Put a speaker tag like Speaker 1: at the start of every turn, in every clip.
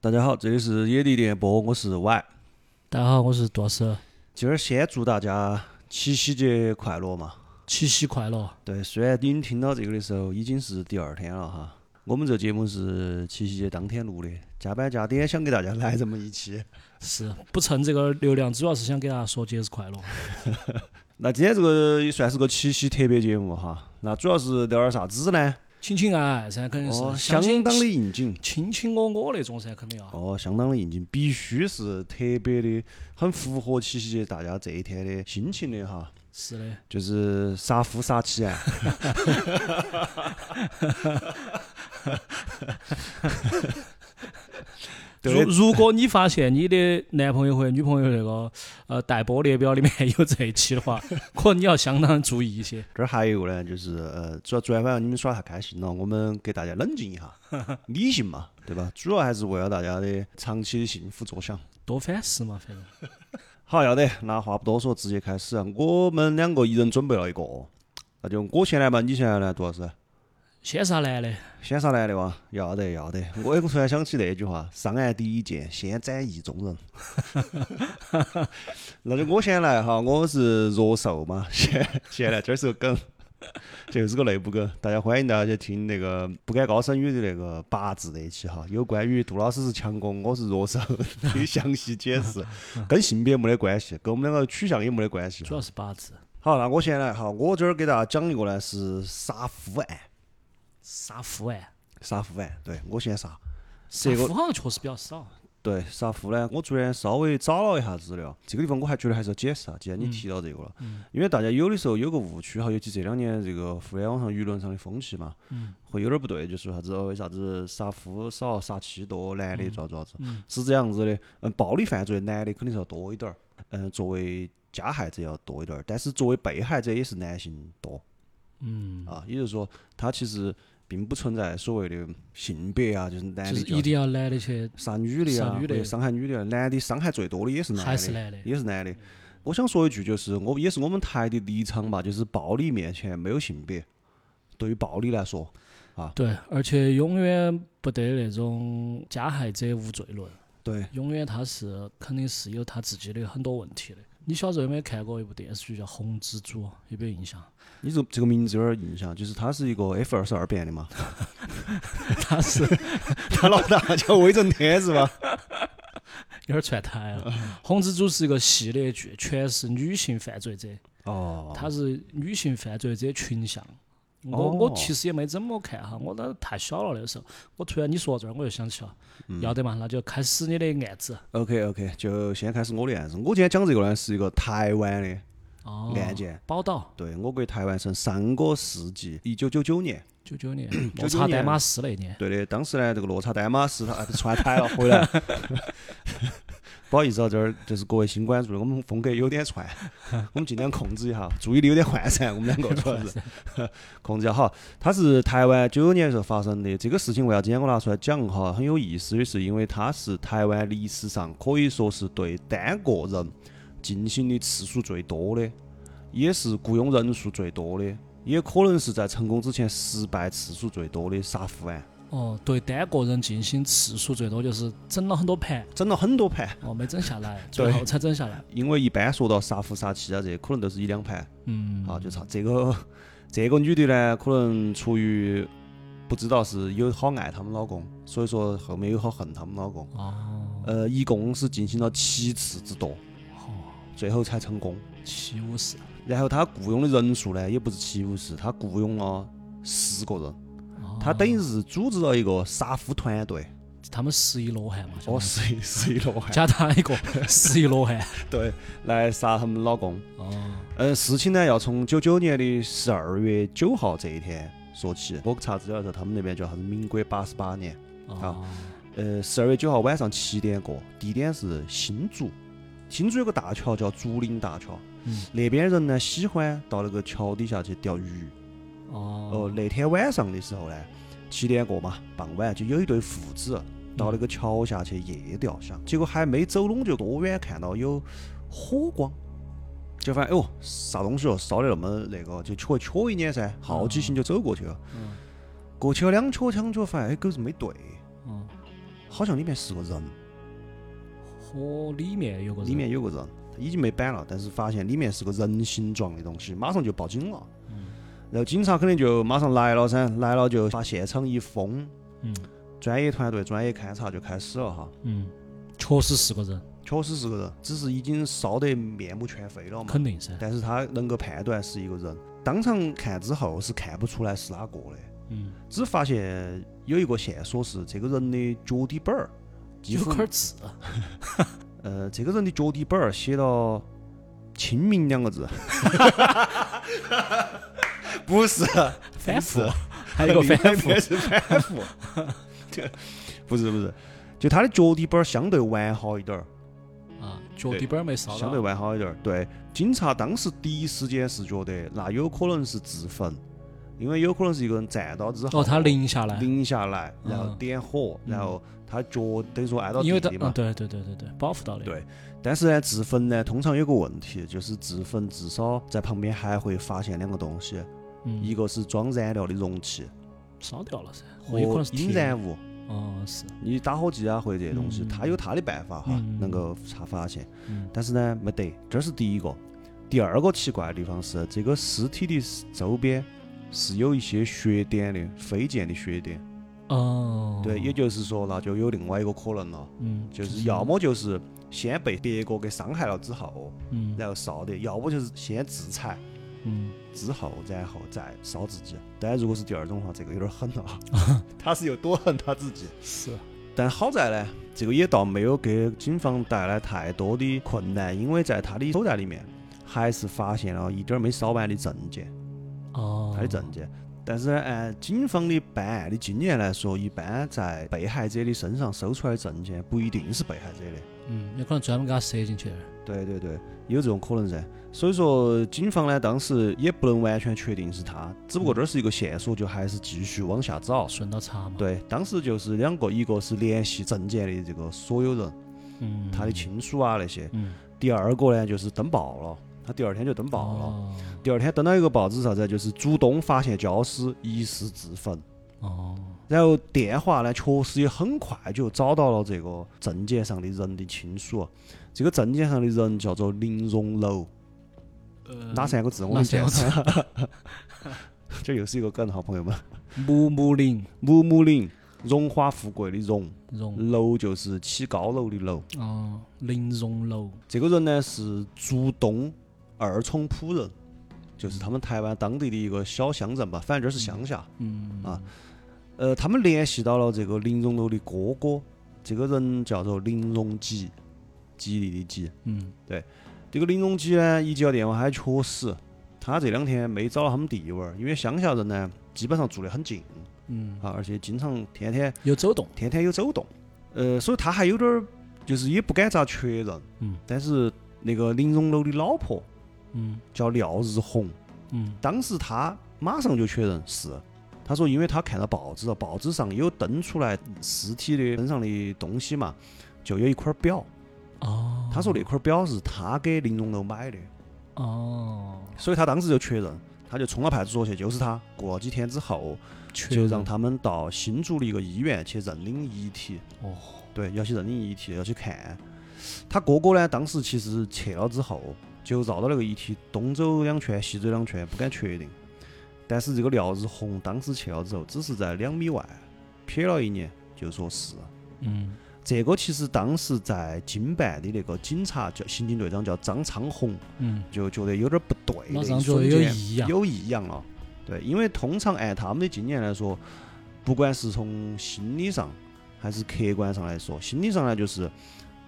Speaker 1: 大家好，这里是野地电波，我是 Y。
Speaker 2: 大家好，我是杜老师，
Speaker 1: 今儿先祝大家七夕节快乐嘛！
Speaker 2: 七夕快乐！
Speaker 1: 对，虽然您听到这个的时候已经是第二天了哈，我们这节目是七夕节当天录的，加班加点想给大家来这么一期。
Speaker 2: 是不蹭这个流量，主要是想给大家说节日快乐。
Speaker 1: 那今天这个也算是个七夕特别节目哈，那主要是聊点啥子呢？
Speaker 2: 情情爱爱噻，肯定是、
Speaker 1: 哦，相哦
Speaker 2: 相亲
Speaker 1: 当的应景。
Speaker 2: 卿卿我我那种噻，肯定要。
Speaker 1: 哦，相当的应景，必须是特别的，很符合七夕节大家这一天的心情的哈。
Speaker 2: 是的，
Speaker 1: 就是杀夫杀妻啊！对
Speaker 2: 如如果你发现你的男朋友或者女朋友那个呃待播列表里面有这一期的话，可能你要相当注意一些。
Speaker 1: 这儿还有一个呢，就是呃，主要昨天晚上你们耍太开心了，我们给大家冷静一下，理性嘛，对吧？ 主要还是为了大家的长期的幸福着想。
Speaker 2: 多反思嘛，反正
Speaker 1: 好，要得，那话不多说，直接开始啊。我们两个一人准备了一个，那就我先来吧，你先来呢，杜老师。
Speaker 2: 先是男的，
Speaker 1: 先上来的哇，要得要得！我也突然想起那句话：“上岸第一剑，先斩意中人。” 那就我先来哈，我是弱兽嘛， 先先来，这儿是个梗，这又是个内部梗，大家欢迎大家去听那个不敢高声语的那个八字那一期哈，有关于杜老师是强攻，我是弱兽 的详细解释，跟性别没得关系，跟我们两个取向也没得关系。
Speaker 2: 主要是八字。
Speaker 1: 好，那我先来哈，我这儿给大家讲一个呢是杀夫案，
Speaker 2: 杀夫案，
Speaker 1: 杀夫案，对我先杀。
Speaker 2: 杀
Speaker 1: 这个
Speaker 2: 夫好像确实比较少。
Speaker 1: 对，啥夫呢？我昨天稍微找了一下资料，这个地方我还觉得还是要解释啊。既然你
Speaker 2: 嗯
Speaker 1: 提到这个了，因为大家有的时候有个误区哈，尤其这两年这个互联网上舆论上的风气嘛，
Speaker 2: 嗯
Speaker 1: 会有点不对，就说啥子哦为啥子杀夫少、杀妻多，男
Speaker 2: 嗯
Speaker 1: 的咋子咋子，是这样子的。嗯，暴力犯罪男的肯定是要多一点儿，嗯，作为加害者要多一点儿，但是作为被害者也是男性多。
Speaker 2: 嗯，
Speaker 1: 啊，也就是说，他其实并不存在所谓的性别啊，就是男
Speaker 2: 就
Speaker 1: 的
Speaker 2: 是
Speaker 1: 就要
Speaker 2: 一定要男的去
Speaker 1: 杀女的啊，
Speaker 2: 杀
Speaker 1: 或
Speaker 2: 女的
Speaker 1: 者伤害女的啊，男的伤害最多的也是男的，
Speaker 2: 还是男的
Speaker 1: 也是男的。我想说一句，就是我也是我们台的立场吧，就是暴力面前没有性别。对于暴力来说，
Speaker 2: 对，而且永远不得那种加害者无罪论，
Speaker 1: 对，
Speaker 2: 永远他是肯定是有他自己的很多问题的。你小时候有没有看过一部电视剧叫《红蜘蛛》？有没有印象？
Speaker 1: 你这这个名字有点印象，就是它是一个 F 二十二变的嘛，
Speaker 2: 他是有
Speaker 1: 他老大叫威震天是 吧？
Speaker 2: 点儿串台
Speaker 1: 嗯
Speaker 2: 了。《红蜘蛛》是一个系列剧，全是女性犯罪者，
Speaker 1: 哦，
Speaker 2: 她是女性犯罪者群像。我、
Speaker 1: 哦
Speaker 2: 我其实也没怎么看哈，我那太小了那时候。我突然你说到这儿，我就想起了，
Speaker 1: 嗯
Speaker 2: 要得嘛，那就开始你的案子。
Speaker 1: OK OK，就先开始我的案子。我今天讲这个呢是一个台湾的
Speaker 2: 哦，
Speaker 1: 案件，
Speaker 2: 宝岛
Speaker 1: 对我国台湾省上个世纪一九九九年。，
Speaker 2: 九九年摩擦
Speaker 1: 99年
Speaker 2: 代码师那年。
Speaker 1: 对的，当时呢，这个落差丹马是他 哎串台了回来。 不好意思啊，这儿就是各位新关注的，我们风格有点串，我们尽量控制一下，注意力有点涣散，我们两个主要是 控制一下好。它是台湾九九年的时候发生的这个事情，为啥今天我拿出来讲哈？很有意思的是，因为它是台湾历史上可以说是对单个人进行的次数最多的，也是雇佣人数最多的，也可能是在成功之前失败次数最多的杀夫案。
Speaker 2: 哦，对单个人进行次数最多就是整了很多盘，
Speaker 1: 整了很多盘，
Speaker 2: 哦，没整下来，
Speaker 1: 对
Speaker 2: 最后才整下来。
Speaker 1: 因为一般说到杀夫杀妻啊这些，可能都是一两盘、
Speaker 2: 嗯，
Speaker 1: 啊，就差这个这个女的呢，可能出于不知道是有好爱他们老公，所以说后面有好恨他们老公，
Speaker 2: 哦，
Speaker 1: 呃，一共是进行了七次之多，
Speaker 2: 哦，
Speaker 1: 最后才成功。
Speaker 2: 七五四，
Speaker 1: 然后他雇佣的人数呢，也不是七五十，他雇佣了十个人，
Speaker 2: 哦
Speaker 1: 他等于是组织了一个杀夫团队。
Speaker 2: 他们十一罗汉嘛，相当
Speaker 1: 哦，
Speaker 2: 于
Speaker 1: 十一十一罗汉，
Speaker 2: 加 他一个十一罗汉。
Speaker 1: 对，来杀他们老公。
Speaker 2: 哦，
Speaker 1: 呃，事情呢要从九九年的十二月九号这一天说起。我查资料的时候，他们那边叫啥子？民国八十八年。
Speaker 2: 哦，
Speaker 1: 呃，十二月九号晚上七点过，地点是新竹。新竹有个大桥叫竹林大桥，
Speaker 2: 嗯
Speaker 1: 那边人呢喜欢到那个桥底下去钓鱼。哦，
Speaker 2: 哦，
Speaker 1: 那天晚上的时候呢，七点过嘛，傍晚就有一对父子
Speaker 2: 嗯
Speaker 1: 到那个桥下去夜钓虾，结果还没走拢就多远，看到有火光，就发现哎呦啥东西哦，烧得那么那个，就瞧瞧一眼噻，好奇心就走过去了。
Speaker 2: 嗯
Speaker 1: 过去了两瞧两瞧，发现哎狗子没对，
Speaker 2: 嗯，
Speaker 1: 好像里面是个人，
Speaker 2: 哦，里面有个人，
Speaker 1: 里面有个人，已经没版了，但是发现里面是个人形状的东西，马上就报警了。
Speaker 2: 嗯
Speaker 1: 然后警察肯定就马上来了噻，来了就把现场一封，
Speaker 2: 嗯
Speaker 1: 专业团队、专业勘查就开始了哈。
Speaker 2: 嗯，确实是个人，
Speaker 1: 确实是个人，只是已经烧得面目全非哦了嘛。
Speaker 2: 肯定噻，
Speaker 1: 但是他能够判断是一个人，当场看之后是看不出来是哪个的，
Speaker 2: 嗯，
Speaker 1: 只发现有一个线索是这个人的脚底板儿，几
Speaker 2: 有
Speaker 1: 乎
Speaker 2: 块字，
Speaker 1: 呃，这个人的脚底板儿写了“清明”两个 字，不是
Speaker 2: 反复
Speaker 1: 是，
Speaker 2: 还有一个反复
Speaker 1: 另外，一边是反复， 就不是不是，就他的脚底板儿相对完好一点儿，
Speaker 2: 啊，脚底板儿没烧
Speaker 1: 相对
Speaker 2: 到，
Speaker 1: 完好一点儿。对，警察当时第一时间是觉得那有可能是自焚，因为有可能是一个人站到之后，
Speaker 2: 哦，他淋下来，
Speaker 1: 淋下来，然后
Speaker 2: 嗯
Speaker 1: 点火，然后他脚等于说按到
Speaker 2: 因
Speaker 1: 地
Speaker 2: 为他，
Speaker 1: 嘛
Speaker 2: 嗯，，对对对对对，保护到的，
Speaker 1: 对但是呢，自焚呢，通常有个问题，就是自焚至少在旁边还会发现两个东西，
Speaker 2: 嗯，
Speaker 1: 一个是装燃料的容器
Speaker 2: 烧掉了噻，
Speaker 1: 和
Speaker 2: 哦有可能是
Speaker 1: 引
Speaker 2: 铁
Speaker 1: 燃物，
Speaker 2: 哦，是，
Speaker 1: 你打火机啊或者这些东西，
Speaker 2: 嗯
Speaker 1: 它有它的办法哈
Speaker 2: 嗯，
Speaker 1: 能够查发现。
Speaker 2: 嗯
Speaker 1: 但是呢，没得，这是第一个。第二个奇怪的地方是，这个尸体的周边是有一些血点的，飞溅的血点。
Speaker 2: 哦，
Speaker 1: 对，也就是说，那就有另外一个可能了，
Speaker 2: 嗯，
Speaker 1: 就是要么就是先被别个给伤害了之后，
Speaker 2: 嗯
Speaker 1: 然后烧的，要不就是先自残，
Speaker 2: 嗯，
Speaker 1: 之后然后再烧自己。当然，如果是第二种的话，这个有点狠了 啊，他是有多恨他自己。
Speaker 2: 是，
Speaker 1: 但好在呢，这个也倒没有给警方带来太多的困难，因为在他的口袋里面还是发现了一点儿没烧完的证件，
Speaker 2: 哦，
Speaker 1: 他的证件。但是呢，按警方的办案的经验来说，一般在被害者的身上搜出来的证件不一定是被害者的，
Speaker 2: 嗯，有可能专门给他塞进去的，
Speaker 1: 对对对，有这种可能噻。所以说，警方呢当时也不能完全确定是他，只不过这是一个线索，就还是继续往下找。
Speaker 2: 顺道查嘛，，
Speaker 1: 对，当时就是两个，一个是联系证件的这个所有人，
Speaker 2: 嗯，
Speaker 1: 他的，亲属啊那些；
Speaker 2: 嗯，
Speaker 1: 第二个呢就是登报了，他第二天就登报了。
Speaker 2: 哦，
Speaker 1: 第二天登到一个报纸啥子，就是主动发现焦尸，疑似自焚。
Speaker 2: 哦，
Speaker 1: 然后电话呢，确实也很快就找到了这个证件上的人的亲属。这个证件上的人叫做林荣楼，
Speaker 2: 呃
Speaker 1: 哪三个字？我
Speaker 2: 哪
Speaker 1: 们
Speaker 2: 三
Speaker 1: 讲
Speaker 2: 个，字？
Speaker 1: 这又是一个梗，好朋友们。
Speaker 2: 木木林
Speaker 1: 木木林，荣华富贵的荣，
Speaker 2: 荣，
Speaker 1: 楼就是起高楼的楼。
Speaker 2: 哦，林荣楼，
Speaker 1: 这个人呢是竹东二冲浦人，
Speaker 2: 嗯
Speaker 1: 就是他们台湾当地的一个小乡镇吧，反正就是乡下。
Speaker 2: 嗯
Speaker 1: 啊呃，他们联系到了这个林荣楼的哥哥，这个人叫做林荣吉，吉利的吉。
Speaker 2: 嗯，
Speaker 1: 这个林荣基呢，一接到电话还确实，他这两天没找到他们地位儿，因为乡下人呢基本上住得很近，
Speaker 2: 嗯，
Speaker 1: 啊，而且经常天天
Speaker 2: 有走动，
Speaker 1: 天天有走动，呃，所以他还有点儿就是也不敢咋确认，
Speaker 2: 嗯，
Speaker 1: 但是那个林荣楼的老婆
Speaker 2: 嗯
Speaker 1: 叫廖日红，
Speaker 2: 嗯，
Speaker 1: 当时他马上就确认是。他说：“因为他看到报纸了，报纸上有登出来尸体的身上的东西嘛，就有一块表。
Speaker 2: 哦，
Speaker 1: 他说那块表是他给林荣楼买的。
Speaker 2: 哦，
Speaker 1: 所以他当时就确认，他就冲到派出所去，就是他。过了几天之后，
Speaker 2: 确
Speaker 1: 就
Speaker 2: 认
Speaker 1: 让他们到新竹的一个医院去认领遗体。
Speaker 2: 哦，
Speaker 1: 对，要去认领遗体，要去看。他哥哥呢，当时其实去了之后，就绕到那个遗体东走两圈，西走两圈，不敢确定。但是这个廖日红当时去了之后，只是在两米外瞥了一眼，就说是。
Speaker 2: 嗯
Speaker 1: 这个其实当时在经办的那个警察叫刑警队长叫张昌红，
Speaker 2: 嗯，
Speaker 1: 就觉得有点不对的
Speaker 2: 马
Speaker 1: 一
Speaker 2: 上
Speaker 1: 瞬
Speaker 2: 就
Speaker 1: 间，
Speaker 2: 有异样，
Speaker 1: 有异样了。对，因为通常按他们的经验来说，不管是从心理上还是客观上来说，心理上呢就是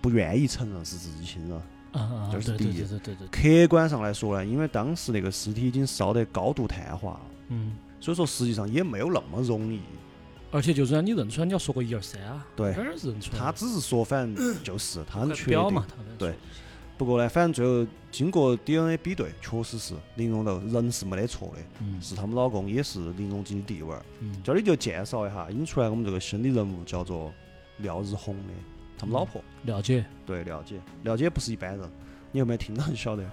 Speaker 1: 不愿意承认是自己亲人；
Speaker 2: 啊啊，
Speaker 1: 这
Speaker 2: 对
Speaker 1: 是
Speaker 2: 对
Speaker 1: 第
Speaker 2: 对
Speaker 1: 一
Speaker 2: 对对对，
Speaker 1: 客观上来说呢，因为当时那个尸体已经烧得高度碳化了，
Speaker 2: 嗯，
Speaker 1: 所以说实际上也没有那么容易。
Speaker 2: 而且就算你认出来，你要说个一二三啊，
Speaker 1: 对
Speaker 2: 哪儿认出来？
Speaker 1: 他只是说，反正就是他很
Speaker 2: 块
Speaker 1: 确
Speaker 2: 表
Speaker 1: 定
Speaker 2: 嘛，。他们
Speaker 1: 对不过呢，反正最后经过 DNA 比对，确实是林荣楼人是没得错的，
Speaker 2: 嗯
Speaker 1: 是他们老公，也是林荣基的弟娃儿。
Speaker 2: 嗯，
Speaker 1: 这里就介绍一下引出来我们这个新的人物，叫做廖日红的，他们老婆。
Speaker 2: 了解，
Speaker 1: 对，了解，了解不是一般人，你有没有听到？你晓得，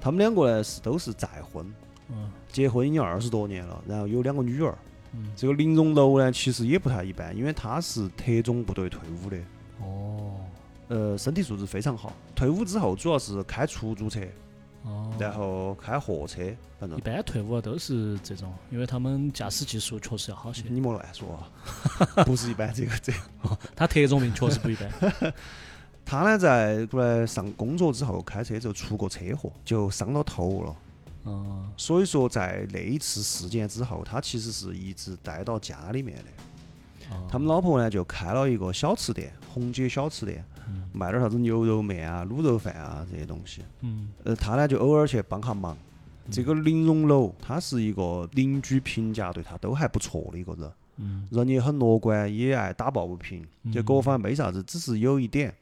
Speaker 1: 他们两个呢是都是再婚，
Speaker 2: 嗯
Speaker 1: 结婚已经二十多年了，然后有两个女儿，
Speaker 2: 嗯
Speaker 1: 这个林荣楼呢，其实也不太一般，因为他是特种部队退伍的，
Speaker 2: 哦
Speaker 1: 呃，身体素质非常好。退伍之后主要是开出租车，
Speaker 2: 哦，
Speaker 1: 然后开货车，反正
Speaker 2: 一般退伍的都是这种，因为他们驾驶技术确实要好些。
Speaker 1: 你莫乱说啊， 不是一般这个这个。
Speaker 2: 他特种兵确实不一 般。
Speaker 1: 他呢，在过来上工作之后，开车之后出过车祸，就伤到头了。
Speaker 2: 嗯，
Speaker 1: 所以说，在那一次事件之后，他其实是一直待到家里面的。
Speaker 2: 哦
Speaker 1: 他们老婆呢就开了一个小吃店，红姐小吃店，
Speaker 2: 嗯
Speaker 1: 卖点啥子牛肉面啊、卤肉饭啊这些东西。
Speaker 2: 嗯
Speaker 1: 呃，他呢就偶尔去帮下忙。这个林荣楼，他是一个邻居评价对他都还不错的一个人，
Speaker 2: 嗯
Speaker 1: 人也很乐观，也爱打抱不平，就各方面没啥子，只是有一点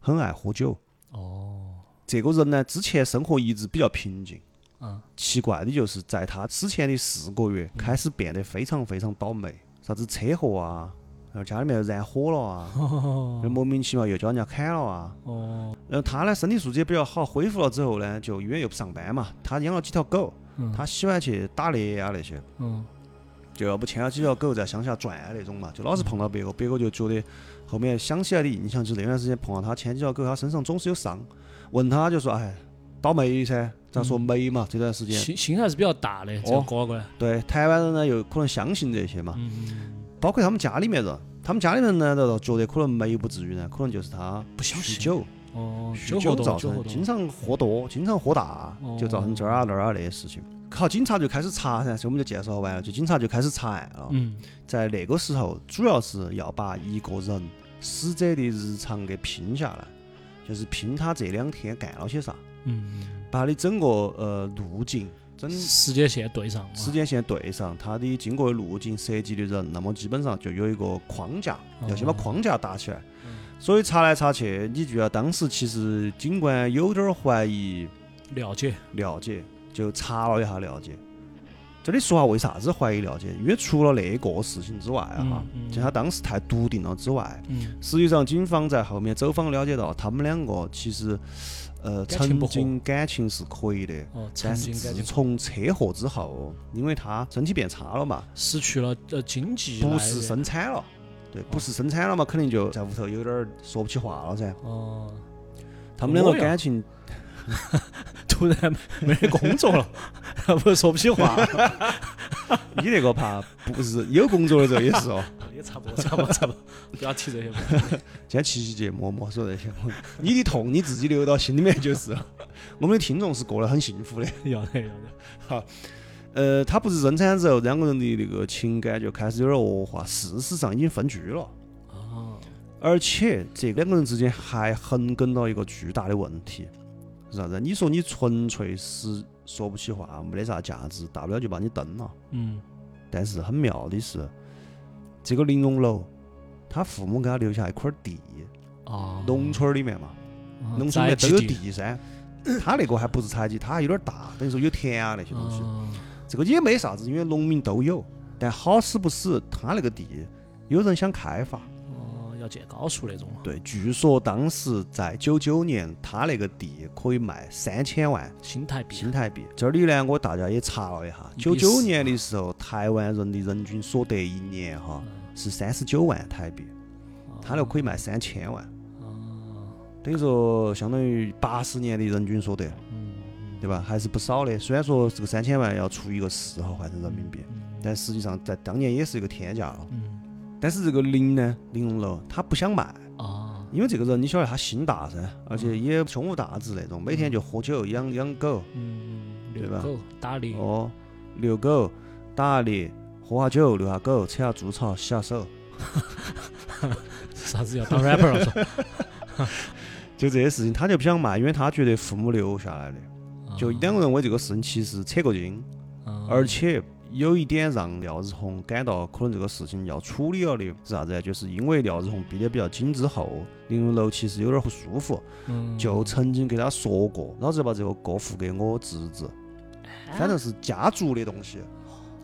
Speaker 1: 很爱喝酒。
Speaker 2: 哦
Speaker 1: 这个人呢，之前生活一直比较平静。
Speaker 2: 嗯
Speaker 1: 奇怪的就是，在他之前的四个月开始变得非常非常倒霉，啥子车祸啊，然后家里面燃火了啊，然后莫名其妙又叫人家砍了啊。
Speaker 2: 哦
Speaker 1: 然后他呢，身体素质也比较好，恢复了之后呢，就因为又不上班嘛，他养了几条狗，
Speaker 2: 嗯
Speaker 1: 他喜欢去打猎啊那些，
Speaker 2: 嗯
Speaker 1: 就要不牵了几条狗在乡下转啊那种嘛，就
Speaker 2: 嗯
Speaker 1: 老是碰到别个，别个就觉得后面想起来的印象就是那段时间碰到他牵几条狗，他身上总是有伤，问他就说，哎，倒霉噻，咱说霉嘛，这段时间。
Speaker 2: 心心还是比较大的这个
Speaker 1: 哦
Speaker 2: 哥哥。
Speaker 1: 对，台湾人呢有可能相信这些嘛，
Speaker 2: 嗯，
Speaker 1: 包括他们家里面人，他们家里人呢都觉得可能没不至于呢，可能就是他
Speaker 2: 不相
Speaker 1: 酗
Speaker 2: 信。
Speaker 1: 酒，
Speaker 2: 哦，
Speaker 1: 酗
Speaker 2: 喝
Speaker 1: 酒
Speaker 2: 多，
Speaker 1: 造
Speaker 2: 酒喝
Speaker 1: 成
Speaker 2: 多
Speaker 1: 经。常喝多，经常喝大，
Speaker 2: 哦
Speaker 1: 就造成这儿啊那儿啊那些事情。好，警察就开始查噻，所以我们就介绍完了，就警察就开始查哦案了。
Speaker 2: 嗯
Speaker 1: 在那个时候，主要是要把一个人死者的日常给拼下来，就是拼他这两天干了些啥，
Speaker 2: 嗯，
Speaker 1: 把他的整个呃路径、整
Speaker 2: 时间线对上嘛。
Speaker 1: 时间线对上他的经过的路径、涉及的人，那么基本上就有一个框架，要先把框架搭起来。所以查来查去，你就要当时其实警官有点儿怀疑
Speaker 2: 了解。
Speaker 1: 了解，就查了一下了解。这里说下为啥子怀疑了解，因为除了那个事情之外啊，哈
Speaker 2: 嗯嗯
Speaker 1: 就他当时太笃定了之外，
Speaker 2: 嗯
Speaker 1: 实际上警方在后面走访了解到，他们两个其实呃
Speaker 2: 感情
Speaker 1: 曾
Speaker 2: 不和
Speaker 1: 经感情是可以的，
Speaker 2: 哦，曾
Speaker 1: 但是
Speaker 2: 经感
Speaker 1: 自
Speaker 2: 觉
Speaker 1: 从车祸之后，因为他身体变差了嘛，
Speaker 2: 失去了呃经济来哦
Speaker 1: 不
Speaker 2: 源。
Speaker 1: 是生产了，对，不是生产了嘛，肯定就在屋头有点儿说不起话了噻。
Speaker 2: 哦，
Speaker 1: 他们两个
Speaker 2: 哦哟
Speaker 1: 感情，
Speaker 2: 突然没得工 作了，不是说不起话，
Speaker 1: 你那个怕不是有工作的时候也是哦。
Speaker 2: 也差不多，差不多，差不多，不要提这些。
Speaker 1: 今天七夕节莫莫说这些，你的痛你自己留到心里面就是了。我们的听众是过得很幸福的。
Speaker 2: 要得，要得。
Speaker 1: 呃，他不是生产之后，两个人的那个情感就开始有点恶化，事实上已经分居了，
Speaker 2: 哦，
Speaker 1: 而且这两个人之间还横亘到一个巨大的问题，是啥子？你说你纯粹是说不起话，没得啥价值，大不了就把你蹬了。
Speaker 2: 嗯，
Speaker 1: 但是很妙的是，这个玲珑楼，他父母给他留下一块地，
Speaker 2: 哦，
Speaker 1: 农村儿里面嘛，农村里面都有地噻。他那个还不是采集，他还有点大，等于说有田啊那些东西。
Speaker 2: 哦，
Speaker 1: 这个也没啥子，因为农民都有。但好死不死，他那个地有人想开发。
Speaker 2: 哦，要建高速那种啊嘛，
Speaker 1: 对，据说当时在九九年，他那个地可以卖三千万
Speaker 2: 心态币
Speaker 1: 新台币。这里呢，我大家也查了一下，
Speaker 2: 一比
Speaker 1: 九
Speaker 2: 四
Speaker 1: 九年的时候，台湾人的人均所得一年哈是三十九万台币，
Speaker 2: 啊
Speaker 1: 他那可以卖三千万，
Speaker 2: 哦
Speaker 1: 等于说相当于八十年的人均所得，对吧？还是不少的。虽然说这个三千万要除一个四哈换成人民币，但实际上在当年也是一个天价了。
Speaker 2: 嗯，
Speaker 1: 但是这个林呢，林荣楼他不想卖，
Speaker 2: 哦，
Speaker 1: 因为这个人你晓得他心大噻，而且也胸无大志那种，每天就喝酒、养养狗，
Speaker 2: 嗯，
Speaker 1: 对
Speaker 2: 遛
Speaker 1: 吧
Speaker 2: 狗、打猎，
Speaker 1: 哦，遛狗、打猎、喝下酒、遛下狗、扯下猪草、洗下手，
Speaker 2: 啥子要当 rapper 了是吧？
Speaker 1: 就这些事情他就不想卖，因为他觉得父母留下来的， 就
Speaker 2: 哦
Speaker 1: 两个人为这个事情其实扯过筋，
Speaker 2: 哦
Speaker 1: 而且。有一点让廖日红感到可能这个事情要处理了的是啥子呢？就是因为廖日红逼得比较紧之后，林荣楼其实有点不舒服，
Speaker 2: 嗯
Speaker 1: 就曾经给他说过，老子要把这个锅付给我侄子，反正是家族的东西。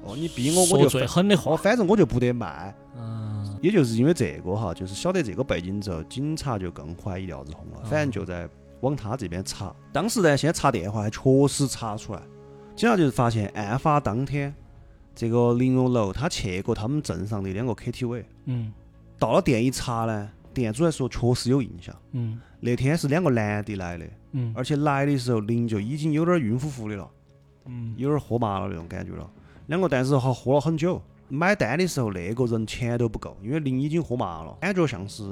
Speaker 1: 哦，你逼我
Speaker 2: 说
Speaker 1: 我就
Speaker 2: 最狠的
Speaker 1: 哦，
Speaker 2: 话，
Speaker 1: 反正我就不得卖。
Speaker 2: 嗯，
Speaker 1: 也就是因为这个哈，就是晓得这个背景之后，警察就更怀疑廖志红了，
Speaker 2: 嗯
Speaker 1: 反正就在往他这边查。当时呢，先查电话，还确实查出来。警察就是发现案发当天，这个玲珑楼他去过他们镇上的两个 KTV，
Speaker 2: 嗯
Speaker 1: 到了店一查呢，店主还说确实有印象。
Speaker 2: 嗯
Speaker 1: 那天是两个男的来的，
Speaker 2: 嗯
Speaker 1: 而且来的时候林就已经有点晕乎乎的了，
Speaker 2: 嗯
Speaker 1: 有点喝麻了那种感觉了。两个但是还喝了很久。买单的时候，那个人钱都不够，因为林已经喝麻了，感觉像是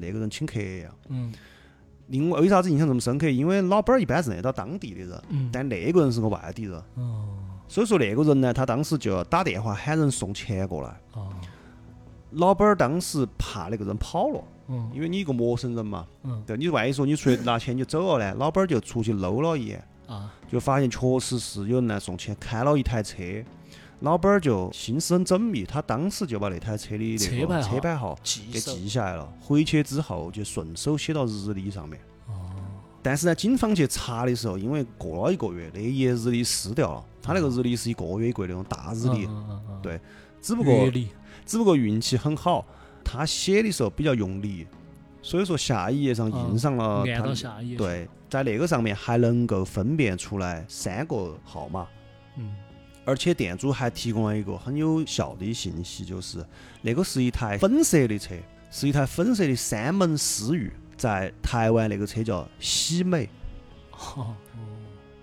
Speaker 1: 那个人请客一样。
Speaker 2: 嗯
Speaker 1: 另外，为啥子印象这么深刻？因为老板儿一般认得到当地的人，
Speaker 2: 嗯，
Speaker 1: 但那个人是个外地人，
Speaker 2: 哦
Speaker 1: 所以说那个人呢，他当时就打电话喊人送钱过来。
Speaker 2: 哦
Speaker 1: 老板儿当时怕那个人跑了，
Speaker 2: 嗯
Speaker 1: 因为你一个陌生人嘛，
Speaker 2: 嗯
Speaker 1: 对，你万一说你出去拿钱就走了呢，老板儿就出去搂了一眼，
Speaker 2: 啊
Speaker 1: 就发现确实是有人来送钱，开了一台车，老板儿就心思很缜密，他当时就把那台车的那
Speaker 2: 车牌
Speaker 1: 个
Speaker 2: 号
Speaker 1: 车牌号
Speaker 2: 记
Speaker 1: 给
Speaker 2: 手
Speaker 1: 记下来了，回去之后就顺手写到日历上面。
Speaker 2: 哦
Speaker 1: 但是呢，警方去查的时候，因为过了一个月，那一页日历撕掉了，他那个日历是一个月一个月那种大日历，
Speaker 2: 嗯嗯嗯
Speaker 1: 对只不
Speaker 2: 嗯
Speaker 1: 过
Speaker 2: 阅历
Speaker 1: 只不过运气很好，他写的时候比较用力，所以说下一页上印上了
Speaker 2: 嗯按
Speaker 1: 他
Speaker 2: 到
Speaker 1: 的
Speaker 2: 下一页
Speaker 1: 对，在那个上面还能够分辨出来三个号码，
Speaker 2: 嗯
Speaker 1: 而且店主还提供了一个很有效的信息，就是那个是一台粉色的车，是一台粉色的三门思域，在台湾那个车叫喜美。
Speaker 2: 哦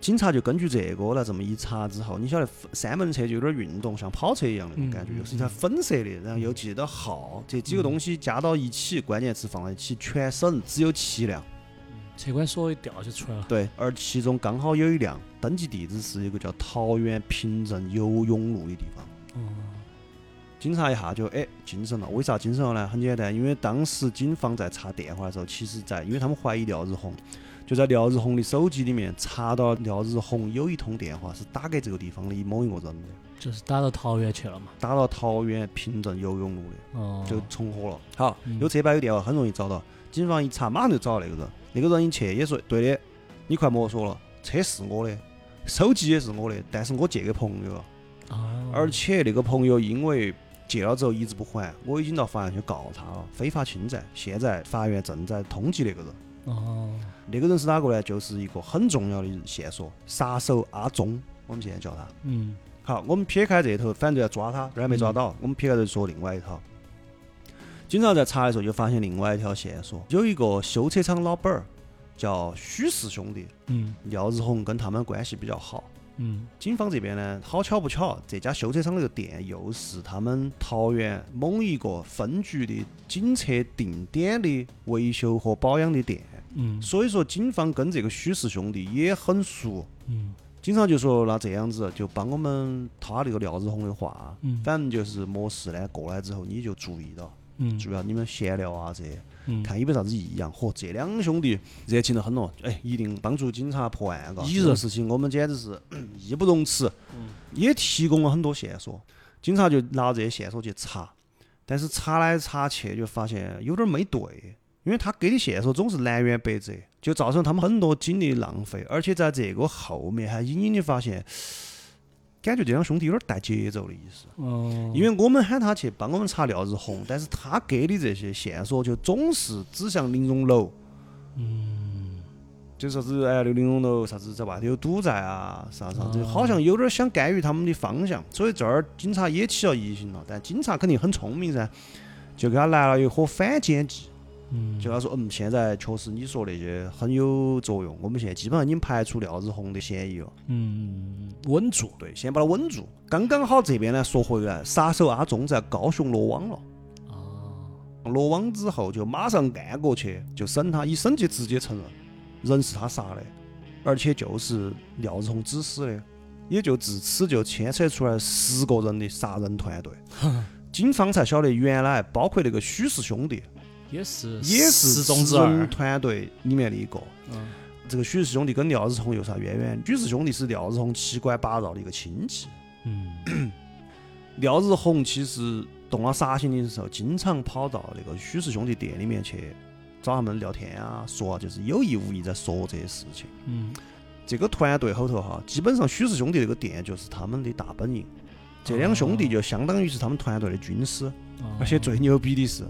Speaker 1: 警察就根据这个来这么一查之后，你晓得三门车就有点运动，像跑车一样那种感觉，
Speaker 2: 嗯
Speaker 1: 又是一台粉色的，然后又记得号，这几个东西加到一起，关键词放在一起，全省只有七辆。
Speaker 2: 车管所一调就出来了
Speaker 1: 对，而其中刚好有一辆登记地址是一个叫桃园平镇游泳路的地方。
Speaker 2: 嗯
Speaker 1: 警察一下就哎精神了，为啥精神了呢？很简单，因为当时警方在查电话的时候，其实在因为他们怀疑廖日红，就在廖日红的手机里面查到廖日红有一通电话是打给这个地方的某一个人的，
Speaker 2: 就是打到桃园去了嘛
Speaker 1: 打到桃园平镇游泳路的，
Speaker 2: 哦
Speaker 1: 就重合了。好
Speaker 2: 嗯，
Speaker 1: 有车牌有电话很容易找到，警方一查马上就找到那个人，那个人一去也说对的，你快莫说了，车是我的，手机也是我的，但是我借给朋友了。
Speaker 2: 啊
Speaker 1: 而且那个朋友因为借了之后一直不还，我已经到法院去告他了，非法侵占。现在法院正在通缉那个人。
Speaker 2: 哦
Speaker 1: 那个人是哪个呢？就是一个很重要的线索，杀手阿忠，我们现在叫他。
Speaker 2: 嗯
Speaker 1: 好，我们撇开这头，反正就要抓他，这还没抓到。我们撇开这说另外一套。警察在查的时候就发现另外一条线索，有一个修车厂老板儿叫许氏兄弟，
Speaker 2: 嗯
Speaker 1: 廖日红跟他们关系比较好。
Speaker 2: 嗯
Speaker 1: 警方这边呢，好巧不巧，这家修车厂那个店又是他们桃园某一个分局的警车定点的维修和保养的店，
Speaker 2: 嗯
Speaker 1: 所以说警方跟这个许氏兄弟也很熟。
Speaker 2: 嗯
Speaker 1: 警察就说：“那这样子，就帮我们他那个廖志红的话，
Speaker 2: 嗯
Speaker 1: 反正就是没事呢。过来之后你就注意到，
Speaker 2: 嗯
Speaker 1: 主要你们闲聊啊这些，
Speaker 2: 嗯
Speaker 1: 看有没有啥子异样。嚯，这两兄弟热情得很哦，哎，一定帮助警察破案，嘎。
Speaker 2: 一嗯
Speaker 1: 这种
Speaker 2: 人
Speaker 1: 事情我们简直是 义不容辞，也提供了很多线索。警察就拿这些线索去查，但是查来查去就发现有点没对，因为他给的线索总是南辕北辙，就造成他们很多精力浪费。而且在这个后面还隐隐的发现，感觉这两兄弟有点带节奏的意思。
Speaker 2: 哦
Speaker 1: 因为我们喊他去帮我们查廖日红，但是他给的这些线索就总是指向玲珑楼，嗯，就啥子哎，刘玲珑楼啥子在外头有赌债啊，啥啥子，
Speaker 2: 哦
Speaker 1: 好像有点想干预他们的方向，所以这儿警察也起了疑心了。但警察肯定很聪明噻，就给他来了一盒反间计，
Speaker 2: 嗯
Speaker 1: 就他说，嗯，现在确实你说那些很有作用，我们现在基本上已经排除廖日红的嫌疑了。
Speaker 2: 嗯稳住
Speaker 1: 对，先把它稳住。刚刚好这边呢，说回来，杀手阿忠在高雄落网了。
Speaker 2: 啊
Speaker 1: 落网之后就马上按过去，就审他，一审就直接承认，人是他杀的，而且就是廖日红指使的，也就自此就牵扯出来十个人的杀人团 队。警方才晓得，原来包括那个许氏兄弟
Speaker 2: 也是
Speaker 1: 也是
Speaker 2: 失踪之
Speaker 1: 私人
Speaker 2: 二
Speaker 1: 团队里面的一个。
Speaker 2: 嗯
Speaker 1: 这个许氏兄弟跟廖日红有啥渊源？许氏兄弟是廖日红七拐八绕的一个亲戚。
Speaker 2: 嗯
Speaker 1: 廖日红其实动了杀心的时候，经常跑到那个许氏兄弟店里面去找他们聊天啊，说啊，就是有意无意在说这些事情。
Speaker 2: 嗯
Speaker 1: 这个团队后头哈，基本上许氏兄弟这个店就是他们的大本营，这两兄弟就相当于是他们团队的军师。
Speaker 2: 哦
Speaker 1: 而且最牛逼的是，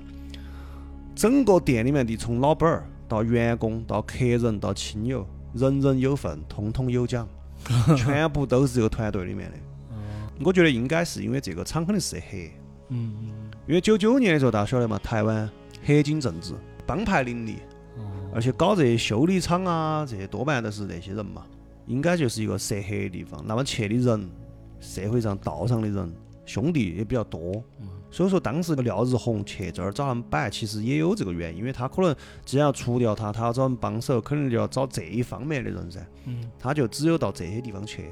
Speaker 1: 整个店里面的从老板儿到员工到客人到亲友，人人有份，通通有奖，全部都是这个团队里面的。我觉得应该是因为这个厂肯定是黑，
Speaker 2: 嗯，
Speaker 1: 因为九九年的时候大家晓得嘛，台湾黑金政治，帮派林立，
Speaker 2: 哦，
Speaker 1: 而且搞这些修理厂啊，这些多半都是那些人嘛，应该就是一个涉黑的地方。那么去的人，社会上道上的人，兄弟也比较多。所以说，当时廖日红去这儿找他们摆，其实也有这个原因，因为他可能既然要除掉他，他要找人帮手，肯定就要找这一方面的人噻。
Speaker 2: 嗯，
Speaker 1: 他就只有到这些地方去。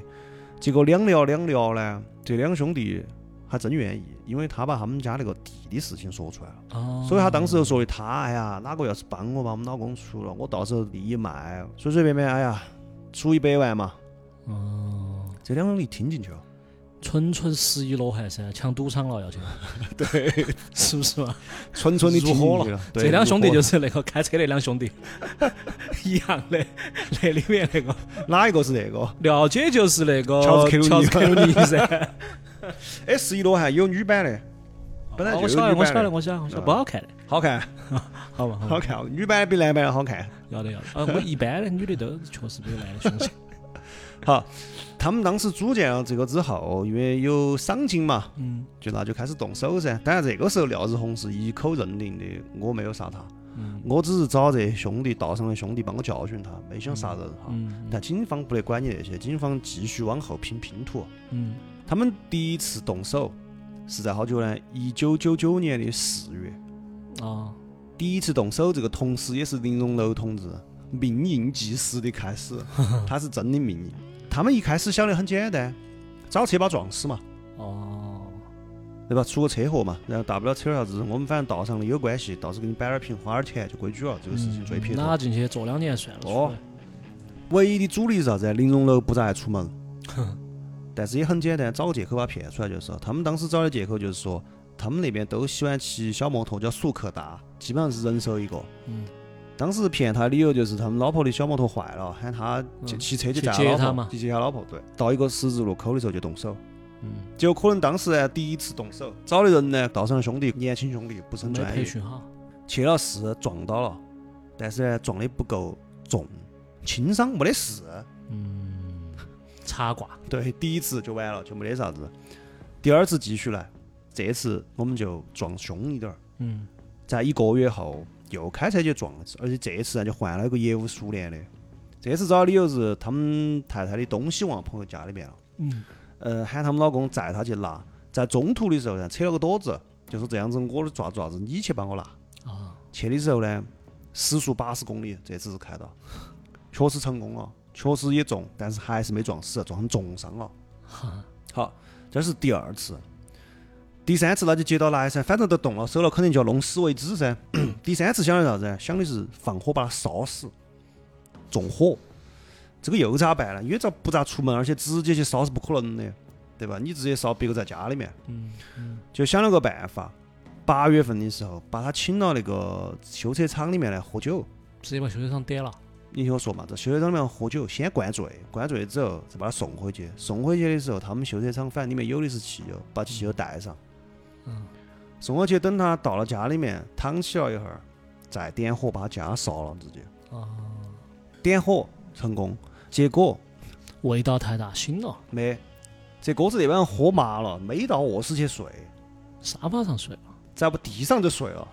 Speaker 1: 结果两聊两聊呢，这两兄弟还真愿意，因为他把他们家那个地的事情说出来了。
Speaker 2: 哦，
Speaker 1: 所以他当时就说的他，哎呀，哪个要是帮我把我们老公赎了，我到时候地一卖，随随便便，哎呀，赎一百万嘛。
Speaker 2: 哦，
Speaker 1: 这两兄弟听进去了，
Speaker 2: 纯纯十一罗汉噻，抢赌场了要去，
Speaker 1: 对，
Speaker 2: 是不是嘛？
Speaker 1: 纯纯的
Speaker 2: 入伙
Speaker 1: 了。对
Speaker 2: 这两兄弟就
Speaker 1: 入
Speaker 2: 是那个开车那两 兄弟一样的， 那里面那个
Speaker 1: 伙了哪一个是那个？
Speaker 2: 廖姐就是那个
Speaker 1: 乔治克鲁尼
Speaker 2: 乔治克鲁尼 噻。
Speaker 1: 哎，十一罗汉有女版的，本来
Speaker 2: 哦
Speaker 1: 就
Speaker 2: 我
Speaker 1: 有
Speaker 2: 晓得，
Speaker 1: 女
Speaker 2: 我晓
Speaker 1: 版的，
Speaker 2: 得，我晓得，我晓得，
Speaker 1: 嗯
Speaker 2: 不好看的，
Speaker 1: 好看，
Speaker 2: 好嘛，好嘛
Speaker 1: 好，看，女版比男版的好看。
Speaker 2: 要得要得。啊，我一般的女的都确实比男的凶些。
Speaker 1: 好，他们当时组建了这个之后，因为有赏金嘛，
Speaker 2: 嗯
Speaker 1: 就那就开始动手噻。当然这个时候廖日红是一口认定的，我没有杀他，
Speaker 2: 嗯
Speaker 1: 我只是找这兄弟道上的兄弟帮我教训他，没想杀人哈。
Speaker 2: 嗯
Speaker 1: 但警方不得管你那些，警方继续往后拼拼图。
Speaker 2: 嗯
Speaker 1: 他们第一次动手是在好久呢？一九九九年的四月，
Speaker 2: 啊，
Speaker 1: 第一次动手，这个同时也是林荣楼同志命硬计时的开始，他是真的命硬。他们一开始想的很简单，找车把撞死嘛，
Speaker 2: 哦，
Speaker 1: 对吧？出个车祸嘛，然后大不了扯啥子，我们反正道上的有关系，到时候给你摆点儿平，花点儿钱就规矩了，这个事
Speaker 2: 嗯
Speaker 1: 情最撇脱。
Speaker 2: 拿进去坐两年算了。
Speaker 1: 哦，唯一的阻力是啥子？林荣楼不咋爱出门， 但是也很简单，找个借口把他骗出来就是了。他们当时找的借口就是说，他们那边都喜欢骑小摩托，叫速克达，基本上是人手一个。
Speaker 2: 嗯，
Speaker 1: 当时骗他的理由就是他们老婆的小摩托坏了，喊他骑
Speaker 2: 嗯
Speaker 1: 骑车
Speaker 2: 去
Speaker 1: 载
Speaker 2: 接
Speaker 1: 老
Speaker 2: 他
Speaker 1: 婆
Speaker 2: 嘛
Speaker 1: 去接他老婆。对，到一个十字路口的时候就动手。
Speaker 2: 嗯，
Speaker 1: 结果可能当时呢第一次动手，找的人呢道上的兄弟年轻兄弟不是很
Speaker 2: 没
Speaker 1: 专业
Speaker 2: 培，训好。
Speaker 1: 去了是撞到了，但是呢撞的不够重，轻伤没得事。
Speaker 2: 嗯，茶挂。
Speaker 1: 对，第一次就完了，就没得啥子。第二次继续来，这次我们就撞凶一点儿，
Speaker 2: 嗯
Speaker 1: 在一个月后又开车去撞了一次，而且这一次呢就换了一个业务熟练的。这次找的理由是他们太太的东西忘朋友家里面了，
Speaker 2: 嗯
Speaker 1: 呃，喊他们老公载她去拿，在中途的时候呢扯了个躲子，就说这样子我抓抓子，你去帮我拿。
Speaker 2: 啊，
Speaker 1: 去的时候呢，时速八十公里，这次是开到，确实成功了，确实也中，但是还是没撞死，啊撞成重伤了。
Speaker 2: 哈，
Speaker 1: 好，这是第二次，第三次那就接到来噻，反正都动了手了，肯定就要弄死为止噻。 第三次想的啥子？想的是放火把他烧死，纵火。这个又咋办呢？因为咋不咋出门，而且直接去烧是不可能的，对吧？你直接烧，别个在家里面，
Speaker 2: 嗯嗯
Speaker 1: 就想了个办法。八月份的时候，把他请到那个修车厂里面来喝酒。
Speaker 2: 直接把修车厂点了。
Speaker 1: 你听我说嘛，这修车厂里面喝酒，先灌醉，灌醉之后再把他送回去。送回去的时候，他们修车厂反正里面有的是汽油，把汽油带上，
Speaker 2: 嗯，
Speaker 1: 送回去。等他到了家里面，躺起了一会儿，再点火把家烧了，直接
Speaker 2: 啊，
Speaker 1: 点火成功。结果
Speaker 2: 味道太大，哦醒了，
Speaker 1: 没，这哥子那晚喝麻了，没到卧室去睡，
Speaker 2: 沙发上睡了。
Speaker 1: 在不地上就睡了。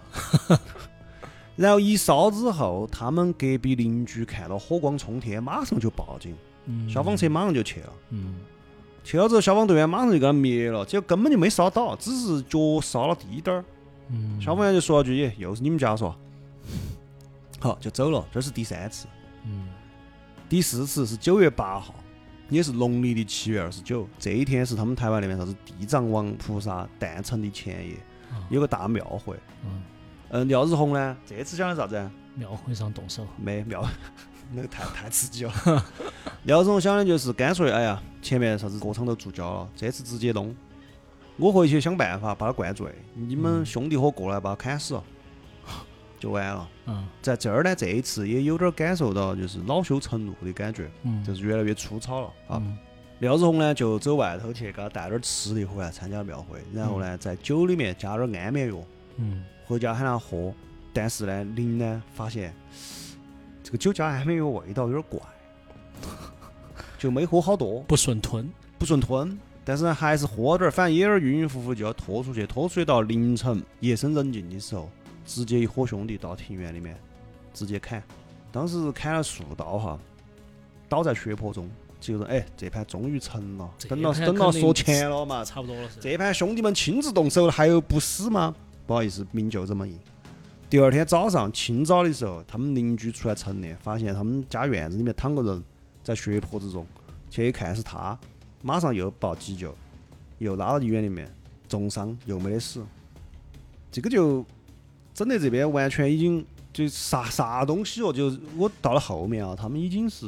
Speaker 1: 然后一烧之后，他们隔壁邻居看到火光冲天，马上就报警，
Speaker 2: 嗯，
Speaker 1: 消防车马上就去了。
Speaker 2: 嗯，
Speaker 1: 去了之后，消防队员马上就给他灭了，结果根本就没烧到，只是脚烧了滴点儿。
Speaker 2: 嗯
Speaker 1: 消防员就说了句：“耶，又是你们家嗦。”好，就走了。这是第三次，
Speaker 2: 嗯
Speaker 1: 第四次是九月八号，也是农历的七月二十九。这一天是他们台湾那边啥子地藏王菩萨诞辰的前夜
Speaker 2: 啊，
Speaker 1: 有个大庙会。
Speaker 2: 嗯，
Speaker 1: 嗯，廖日红呢，这次讲的啥子啊？
Speaker 2: 庙会上动手。
Speaker 1: 没庙， 那个太太刺激了。 廖日红想的就是干脆，哎呀，前面啥子各厂都注胶了，这次直接弄。我回去想办法把他灌醉，你们
Speaker 2: 嗯
Speaker 1: 兄弟伙过来把他砍死，就完了。
Speaker 2: 嗯
Speaker 1: 在这儿呢，这一次也有点感受到就是恼羞成怒的感觉，
Speaker 2: 嗯，
Speaker 1: 就是越来越粗糙了啊。
Speaker 2: 嗯
Speaker 1: 廖志红呢就走外头去，给他带点吃的回来参加庙会，然后呢在酒里面加点安眠药，
Speaker 2: 嗯
Speaker 1: 回家喊他喝。但是呢，林呢发现这个酒加安眠药味道有点怪，就没喝好多，
Speaker 2: 不顺吞。
Speaker 1: 不顺吞。但是还是喝点儿，反正也有点晕晕乎乎，就要拖出去，拖出去到凌晨夜深人静的时候，直接一伙兄弟到庭院里面直接砍，当时砍了数刀哈，倒在血泊中。几个人哎，这盘终于成了，
Speaker 2: 这
Speaker 1: 等到
Speaker 2: 盘
Speaker 1: 等到
Speaker 2: 肯定
Speaker 1: 说钱了嘛，
Speaker 2: 差不多了是。
Speaker 1: 这盘兄弟们亲自动手了，还有不死吗？不好意思，命就这么硬。第二天早上清早的时候，他们邻居出来晨练，发现他们家院子里面躺个人，在血泊之中。去一看是他，马上又报急救，又拉到医院里面，重伤又没得死。这个就整得这边完全已经就啥啥东西哦，就是我到了后面啊，他们已经是，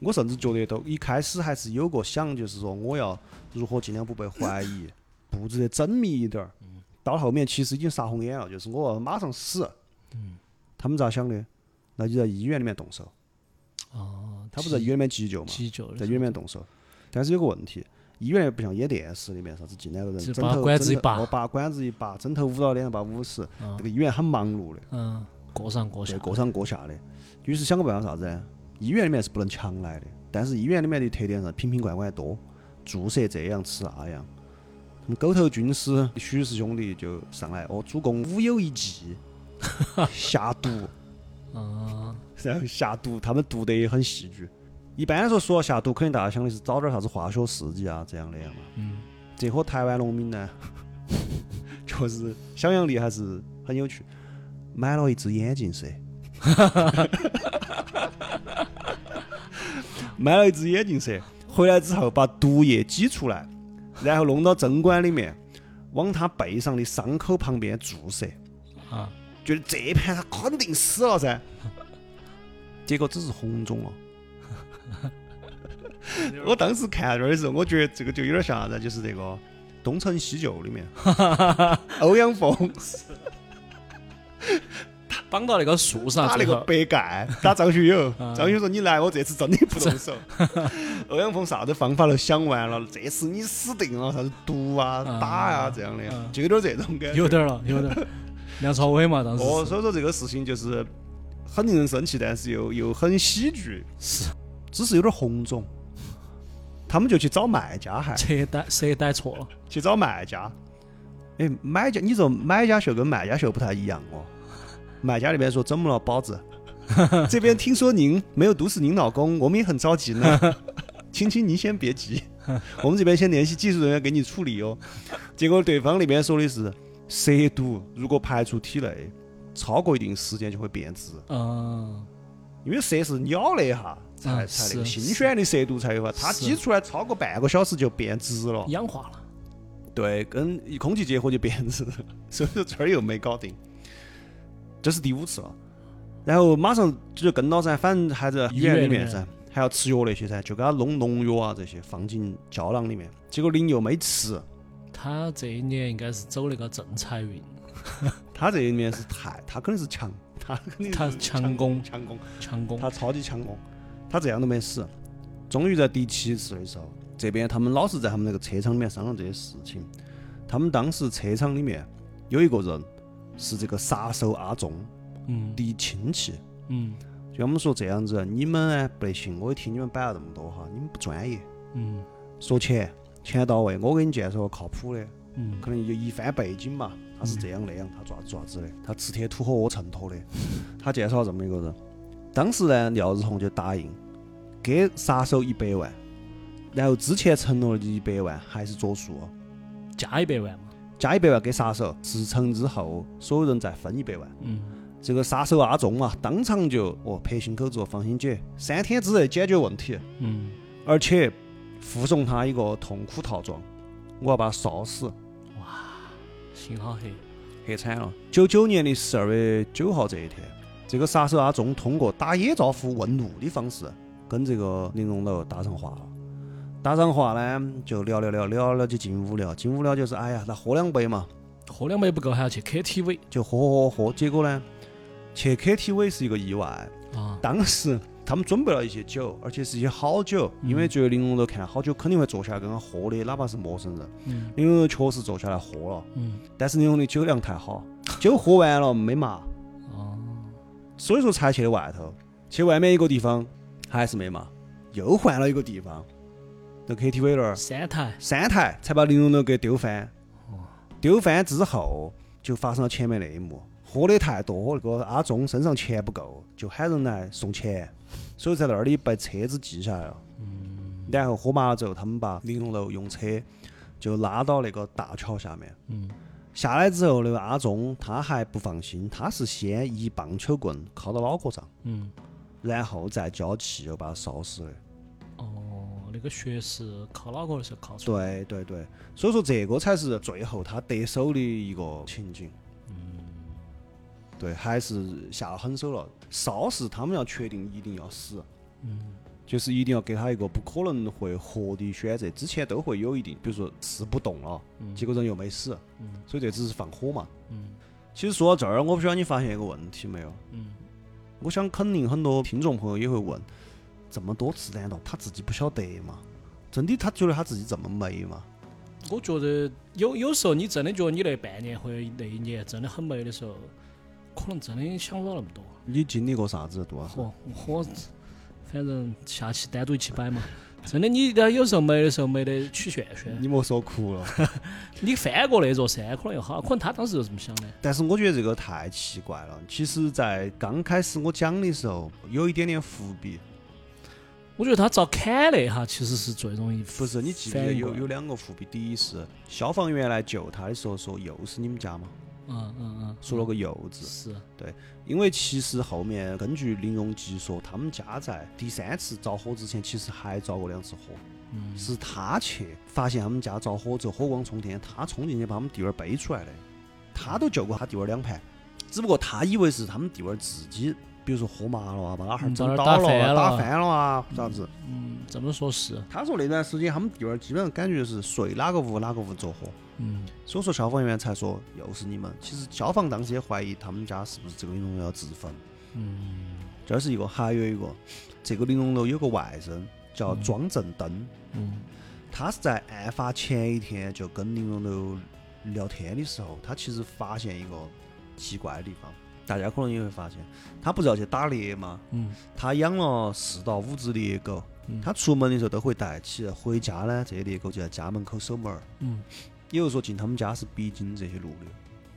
Speaker 1: 我甚至觉得都一开始还是有过想，就是说我要如何尽量不被怀疑，布置得缜密一点儿。
Speaker 2: 嗯
Speaker 1: 到了后面其实已经杀红眼了，就是我要马上死。
Speaker 2: 嗯
Speaker 1: 他们咋想的？那就在医院里面动手。
Speaker 2: 哦，
Speaker 1: 他不在医院里面急救嘛，
Speaker 2: 急救的时
Speaker 1: 在
Speaker 2: 候
Speaker 1: 医院里面动手。但是有个问题，医院不像演电视里面啥子进来个人，
Speaker 2: 只
Speaker 1: 枕
Speaker 2: 把
Speaker 1: 头
Speaker 2: 管子
Speaker 1: 枕
Speaker 2: 一拔
Speaker 1: 头哦把管子一拔，枕头捂到脸上把捂死。
Speaker 2: 嗯
Speaker 1: 这个医院很忙碌的，
Speaker 2: 嗯，过上过下
Speaker 1: 对，，各上各下的。于是想个办法啥子呢？医院里面是不能强来的，但是医院里面的特点是瓶瓶罐罐多，注射这样吃那样。他们狗头军师许氏兄弟就上来，哦，主公武有一计， 下毒，
Speaker 2: 嗯，
Speaker 1: 然后下毒，他们毒得也很戏剧。一般来说，说到下毒，肯定大家想的是找点啥子化学试剂啊，这样那样嘛。
Speaker 2: 嗯，
Speaker 1: 这伙台湾农民呢， 确实想象力还是很有趣，买了一只眼镜蛇，买了一只眼镜蛇，回来之后把毒液挤出来，然后弄到针管里面，往他背上的伤口旁边注射，
Speaker 2: 啊，
Speaker 1: 觉得这一盘他肯定死了噻，结果只是红肿了。 我当时看这儿的时候，我觉得这个就有点像啥子，就是这个《东成西就》里 面欧阳锋
Speaker 2: 绑到那个树上，
Speaker 1: 打那
Speaker 2: 最
Speaker 1: 个
Speaker 2: 后
Speaker 1: 白盖，打张学友，张学友说：“你来，我这次真的不动 手。”欧阳锋啥子方法都想完了，这次你死定了，啥子毒啊、
Speaker 2: 啊
Speaker 1: 打啊这样的
Speaker 2: 啊，
Speaker 1: 就有点这种感觉。
Speaker 2: 有点儿了，有点儿。梁朝伟嘛，当时
Speaker 1: 哦，
Speaker 2: 是
Speaker 1: 所以说这个事情就是很令人生气，但是又又很喜剧，
Speaker 2: 是
Speaker 1: 只是有点红肿。他们就去找卖家还。
Speaker 2: 车逮蛇逮错了，
Speaker 1: 去找卖家。哎，买家，你这买家秀跟卖家秀不太一样 哦。卖家那边说怎么了，包子？这边听说您没有毒死您老公，我们也很着急呢。 亲亲，您先别急，我们这边先联系技术人员给你处理哦。结果对方那边说的是，蛇毒如果排出体内，超过一定时间就会变质，哦
Speaker 2: 嗯，
Speaker 1: 因为蛇是咬了一下才
Speaker 2: 嗯
Speaker 1: 才那个
Speaker 2: 是
Speaker 1: 新鲜的蛇毒才有啊，它
Speaker 2: 是
Speaker 1: 挤出来超过半个小时就变质了。
Speaker 2: 氧化了，
Speaker 1: 对，跟空气结合就变质， 所以说这儿又没搞定，这是第五次了。然后马上就跟到噻，反正还在医院里面
Speaker 2: 医院
Speaker 1: 噻，还要吃药那些噻，就给他弄农药啊这些放进胶囊里面。结果林又没吃，
Speaker 2: 他这一年应该是走那个正财运，
Speaker 1: 他这里面是太，他肯定是强，他肯定是
Speaker 2: 他强攻
Speaker 1: 强攻，
Speaker 2: 强攻，
Speaker 1: 他超级强攻，他这样都没死。终于在第七次的时候，这边他们老是在他们那个车厂里面商量这些事情。他们当时车厂里面有一个人是这个杀手阿忠
Speaker 2: 嗯
Speaker 1: 的亲戚，
Speaker 2: 嗯
Speaker 1: 就像我们说这样子，你们呢不得行，我一听你们摆了这么多哈，你们不专业，
Speaker 2: 嗯
Speaker 1: 说钱钱到位，我给你介绍个靠谱的，
Speaker 2: 嗯
Speaker 1: 可能有一番背景嘛，他是这样那样，他爪子爪子的，他吃铁土和我衬托的，他介绍这么一个人。当时呢，廖日红就答应给杀手一百万，然后之前承诺的一百万还是作数，哦
Speaker 2: 加一百万嘛，
Speaker 1: 加一百万给杀手，事成之后所有人再分一百万。
Speaker 2: 嗯
Speaker 1: 这个杀手阿忠啊，当场就哦拍心口说放心姐，三天之内解决问题，
Speaker 2: 嗯，
Speaker 1: 而且附送他一个痛苦套装，我要把他烧死。
Speaker 2: 心好黑，
Speaker 1: 黑惨了。九九年的十二月九号这一天，这个杀手阿忠通过打野照服问路的方式，跟这个玲珑楼搭上话了。搭上话呢，就聊聊聊聊了就进屋了，进屋了就是哎呀，那喝两杯嘛，
Speaker 2: 喝两杯不够还要去 KTV
Speaker 1: 就喝喝喝喝。结果呢，去 KTV 是一个意外，
Speaker 2: 啊，
Speaker 1: 当时他们准备了一些酒，而且是一些好酒，因为觉得玲珑楼看了好酒，肯定会坐下来跟他喝的，哪怕是陌生人。
Speaker 2: 嗯
Speaker 1: 玲珑楼确实坐下来喝了，
Speaker 2: 嗯
Speaker 1: 但是玲珑的酒量太好，酒喝完了没麻。
Speaker 2: 哦，
Speaker 1: 所以说才去的外头，去外面一个地方还是没嘛，又换了一个地方，那 KTV 那儿
Speaker 2: 三台，
Speaker 1: 三台才把玲珑楼给丢翻。丢翻之后，就发生了前面那一幕，喝的太多，那个阿忠身上钱不够，就喊人来送钱，所以在那里把车子记下来了。然后喝麻了之后，他们把玲珑楼用车就拉到那个大桥下面。
Speaker 2: 嗯，
Speaker 1: 下来之后，那个阿忠他还不放心，他是先一棒球棍敲到脑壳上，
Speaker 2: 嗯，
Speaker 1: 然后再浇汽油把他烧死的。
Speaker 2: 哦，那个血是靠脑壳的时候靠出
Speaker 1: 对
Speaker 2: 来
Speaker 1: 对对，所以说这个才是最后他得手的一个情景。嗯，对，还是下了狠手了。烧是他们要确定一定要死，嗯，就是一定要给他一个不可能会活的选择。之前都会有一定，比如说吃不动了，结果人又没死，
Speaker 2: 嗯
Speaker 1: 所以这只是放火嘛。
Speaker 2: 嗯
Speaker 1: 其实说到这儿，我不晓得你发现一个问题没有？
Speaker 2: 嗯，
Speaker 1: 我想肯定很多听众朋友也会问：这么多次难道他自己不晓得吗？真的他觉得他自己这么美吗？
Speaker 2: 我觉得有有时候你真的觉得你那半年或者那一年真的很没的时候，可能真的想不到那么多。
Speaker 1: 你经历过啥子，杜老师？
Speaker 2: 嚯，我反正下期单独一起摆嘛。真的，你那有时候没的时候没得曲炫炫，
Speaker 1: 你莫说哭了，
Speaker 2: 你翻过那座山可能又好，可能他当时就这么想的。
Speaker 1: 但是我觉得这个太奇怪了。其实，在刚开始我讲的时候，有一点点伏笔，
Speaker 2: 我觉得他遭砍那一下其实是最容易
Speaker 1: 不是？你记不记得
Speaker 2: 反应过
Speaker 1: 有
Speaker 2: 来
Speaker 1: 有两个伏笔？第一是消防员来救他的时候说又是你们家吗？
Speaker 2: 嗯嗯嗯，
Speaker 1: 说了个又字，
Speaker 2: 是嗯
Speaker 1: 因为其实后面根据林荣基说，他们家在第三次着火之前，其实还着过两次火。
Speaker 2: 嗯
Speaker 1: 是他去发现他们家着火之后火光冲天，他冲进去把他们弟儿背出来的。他都救过他弟儿两盘，只不过他以为是他们弟儿自己，比如说喝麻了啊，把他孩儿
Speaker 2: 嗯
Speaker 1: 整
Speaker 2: 把他
Speaker 1: 倒
Speaker 2: 打翻
Speaker 1: 了、
Speaker 2: 了
Speaker 1: 打翻了啊，啥子。
Speaker 2: 嗯，这么说是
Speaker 1: 他说那段时间他们弟儿基本上感觉是睡哪个屋哪个屋着火，
Speaker 2: 嗯
Speaker 1: 所以说消防员才说又是你们。其实消防当时也怀疑他们家是不是这个林荣要自焚。
Speaker 2: 嗯
Speaker 1: 这是一个，还有一个，这个玲珑楼有个外甥叫
Speaker 2: 嗯
Speaker 1: 庄正登。
Speaker 2: 嗯
Speaker 1: 他是在案发前一天就跟玲珑楼聊天的时候，他其实发现一个奇怪的地方，大家可能也会发现，他不是要去打猎吗？
Speaker 2: 嗯
Speaker 1: 他养了四到五只猎狗，
Speaker 2: 嗯
Speaker 1: 他出门的时候都会带起，回家呢，这些猎狗就在家门口守门儿。
Speaker 2: 嗯
Speaker 1: 也就是说，进他们家是必经这些路的，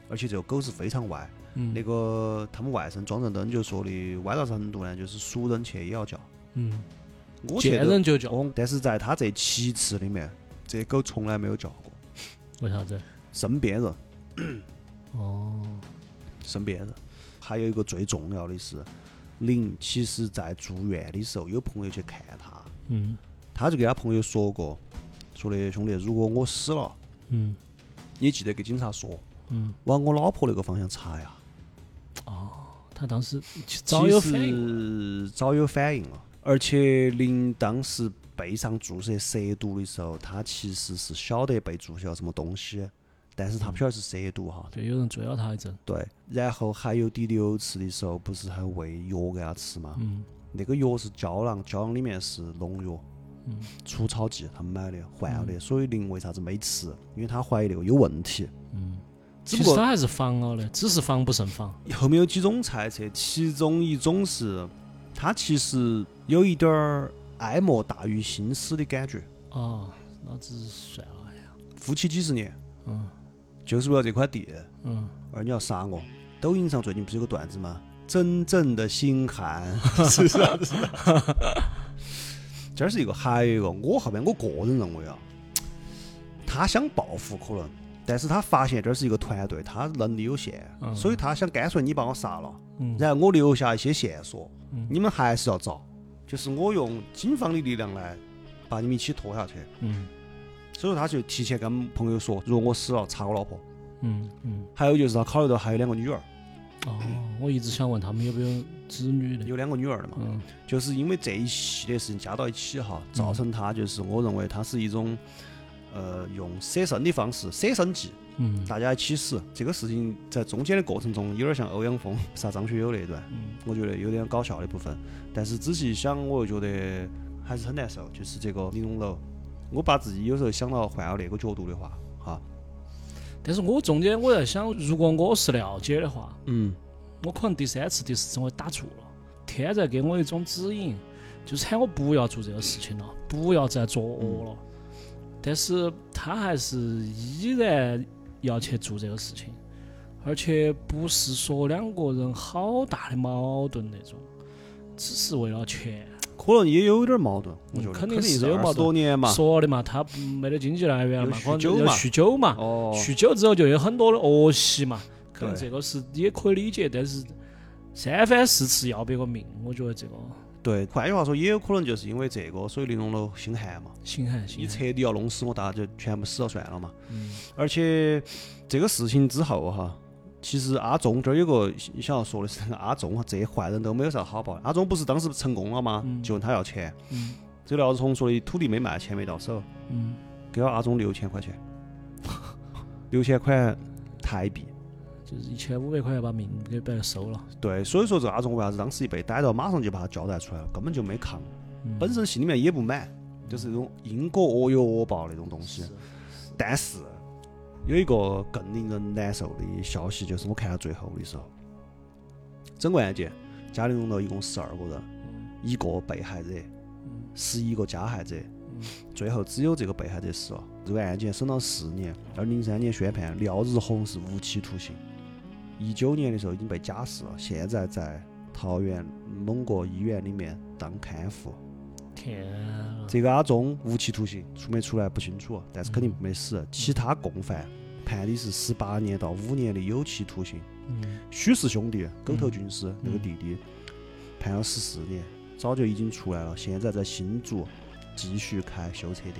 Speaker 1: 而且这个狗是非常歪。
Speaker 2: 嗯
Speaker 1: 那个他们外甥庄正登就说的歪到啥程度呢？就是熟人去也要叫，
Speaker 2: 嗯，
Speaker 1: 我去
Speaker 2: 见
Speaker 1: 都
Speaker 2: 人就叫，
Speaker 1: 哦，但是在他这七次里面，这狗从来没有叫过。
Speaker 2: 为啥子？
Speaker 1: 身边人，
Speaker 2: 哦，
Speaker 1: 身边人。还有一个最重要的是，林其实在住院的时候，有朋友去看他，
Speaker 2: 嗯
Speaker 1: 他就给他朋友说过，说的兄弟，如果我死了，
Speaker 2: 嗯
Speaker 1: 你记得给警察说，
Speaker 2: 嗯，
Speaker 1: 往我老婆那个方向查呀。
Speaker 2: 他当时其实早有反应，
Speaker 1: 应，早有反应了。而且林当时背上注射蛇毒的时候，他其实是晓得被注射了什么东西，但
Speaker 2: 嗯
Speaker 1: 是他不晓得是蛇毒哈，
Speaker 2: 对，有人追了他一阵，
Speaker 1: 对，然后还有第六次的时候，不是还喂药给他吃吗？
Speaker 2: 嗯
Speaker 1: 那个药是胶囊，胶囊里面是农药、
Speaker 2: 嗯
Speaker 1: 除草剂，他们买的换了的。所以林为啥子没吃？因为他怀疑那个有问题。
Speaker 2: 嗯，
Speaker 1: 只
Speaker 2: 其
Speaker 1: 不
Speaker 2: 实
Speaker 1: 过
Speaker 2: 他还是哦防了的，只是防不胜防。
Speaker 1: 后面有几种猜测，其中一种是他其实有一点儿哀莫大于心死的感觉，
Speaker 2: 哦，老子算了，哎呀
Speaker 1: 夫妻几十年
Speaker 2: 嗯
Speaker 1: 就是为了这块地，
Speaker 2: 嗯，
Speaker 1: 而你要杀我。抖音上最近不是有个段子吗？真正的心寒 是啥子？这儿是一个，还有一个，我后面我个人认为啊，他想报复可能，但是他发现这儿是一个团队，他能力有限，
Speaker 2: 嗯
Speaker 1: 所以他想干脆你把我杀了，
Speaker 2: 嗯
Speaker 1: 然后我留下一些线索，
Speaker 2: 嗯
Speaker 1: 你们还是要找，就是我用警方的力量来把你们一起拖下去。
Speaker 2: 嗯
Speaker 1: 所以说他就提前跟朋友说，如果我死了，查我老婆。
Speaker 2: 嗯嗯，
Speaker 1: 还有就是他考虑到还有两个女儿，
Speaker 2: 哦，我一直想问他们有没有子女的，
Speaker 1: 有两个女儿的嘛，
Speaker 2: 嗯
Speaker 1: 就是因为这一系列事情加到一起哈，造成他就是我认为他是一种，呃，用舍身的方式，舍身计，
Speaker 2: 嗯
Speaker 1: 大家一起死。这个事情在中间的过程中，有点像欧阳锋杀张学友那一段，
Speaker 2: 嗯
Speaker 1: 我觉得有点搞笑的部分。但是仔细一想，我又觉得还是很难受。就是这个李荣楼，我把自己有时候想到换了那个角度的话，哈，
Speaker 2: 但是我中间我在想，如果我是廖姐的话，
Speaker 1: 嗯，
Speaker 2: 我可能第三次、第四次我打住了，天在给我一种指引，就喊我不要做这个事情了，不要再作恶了。
Speaker 1: 嗯
Speaker 2: 但是他还是依然要去做这个事情，而且不是说两个人好大的矛盾那种，只是为了钱。
Speaker 1: 可能也有点矛盾，我觉得
Speaker 2: 嗯肯
Speaker 1: 肯
Speaker 2: 定是
Speaker 1: 是
Speaker 2: 有矛
Speaker 1: 二
Speaker 2: 盾
Speaker 1: 十多年嘛，
Speaker 2: 说的嘛，他没得经济来源嘛，
Speaker 1: 有酗
Speaker 2: 可
Speaker 1: 酒
Speaker 2: 能有
Speaker 1: 嘛
Speaker 2: 酗酒嘛，
Speaker 1: 哦，
Speaker 2: 酗酒之后就有很多的恶习嘛，可能
Speaker 1: 对
Speaker 2: 这个是也可以理解，但是三番四次要别个命，我觉得这个
Speaker 1: 对，换句话说，也有可能就是因为这个，所以玲珑楼心寒嘛，
Speaker 2: 心寒
Speaker 1: 你
Speaker 2: 心寒。
Speaker 1: 彻底要弄死我，大家就全部死了算了嘛。
Speaker 2: 嗯
Speaker 1: 而且这个事情之后哈，其实阿忠这儿有个想要说的是，阿忠啊这坏人都没有啥好报的。阿忠不是当时成功了吗？
Speaker 2: 嗯
Speaker 1: 就问他要钱，
Speaker 2: 嗯
Speaker 1: 这个廖子聪说的土地没卖，钱没到手，
Speaker 2: 嗯，
Speaker 1: 给了阿忠六千块 钱，六千块台币。
Speaker 2: 就是一千五百块把命给别人收了。
Speaker 1: 对，所以说这个阿忠为啥子当时一被逮到，马上就把他交代出来了，根本就没抗，
Speaker 2: 嗯
Speaker 1: 本身心里面也不满，就是那种因果恶有恶报那种东西
Speaker 2: 是。
Speaker 1: 但是有一个更令人难受的消息，就是我看到最后的时候，整个案件嘉陵龙楼一共十二个人，一个被害者，十一个加害者，最后只有这个被害者死了。这个案件审了四年，二零零三年宣判，廖日红是无期徒刑。一九年的时候已经被假释了，现在在桃园某个医院里面当看护。
Speaker 2: 天啊，
Speaker 1: 这个阿忠无期徒刑，出没出来不清楚，但是肯定没死。其他共犯判的是十八年到五年的有期徒刑。
Speaker 2: 嗯
Speaker 1: 许氏兄弟狗头军师那个
Speaker 2: 嗯
Speaker 1: 弟弟判了十四年，早就已经出来了，现在在新竹继续开修车店。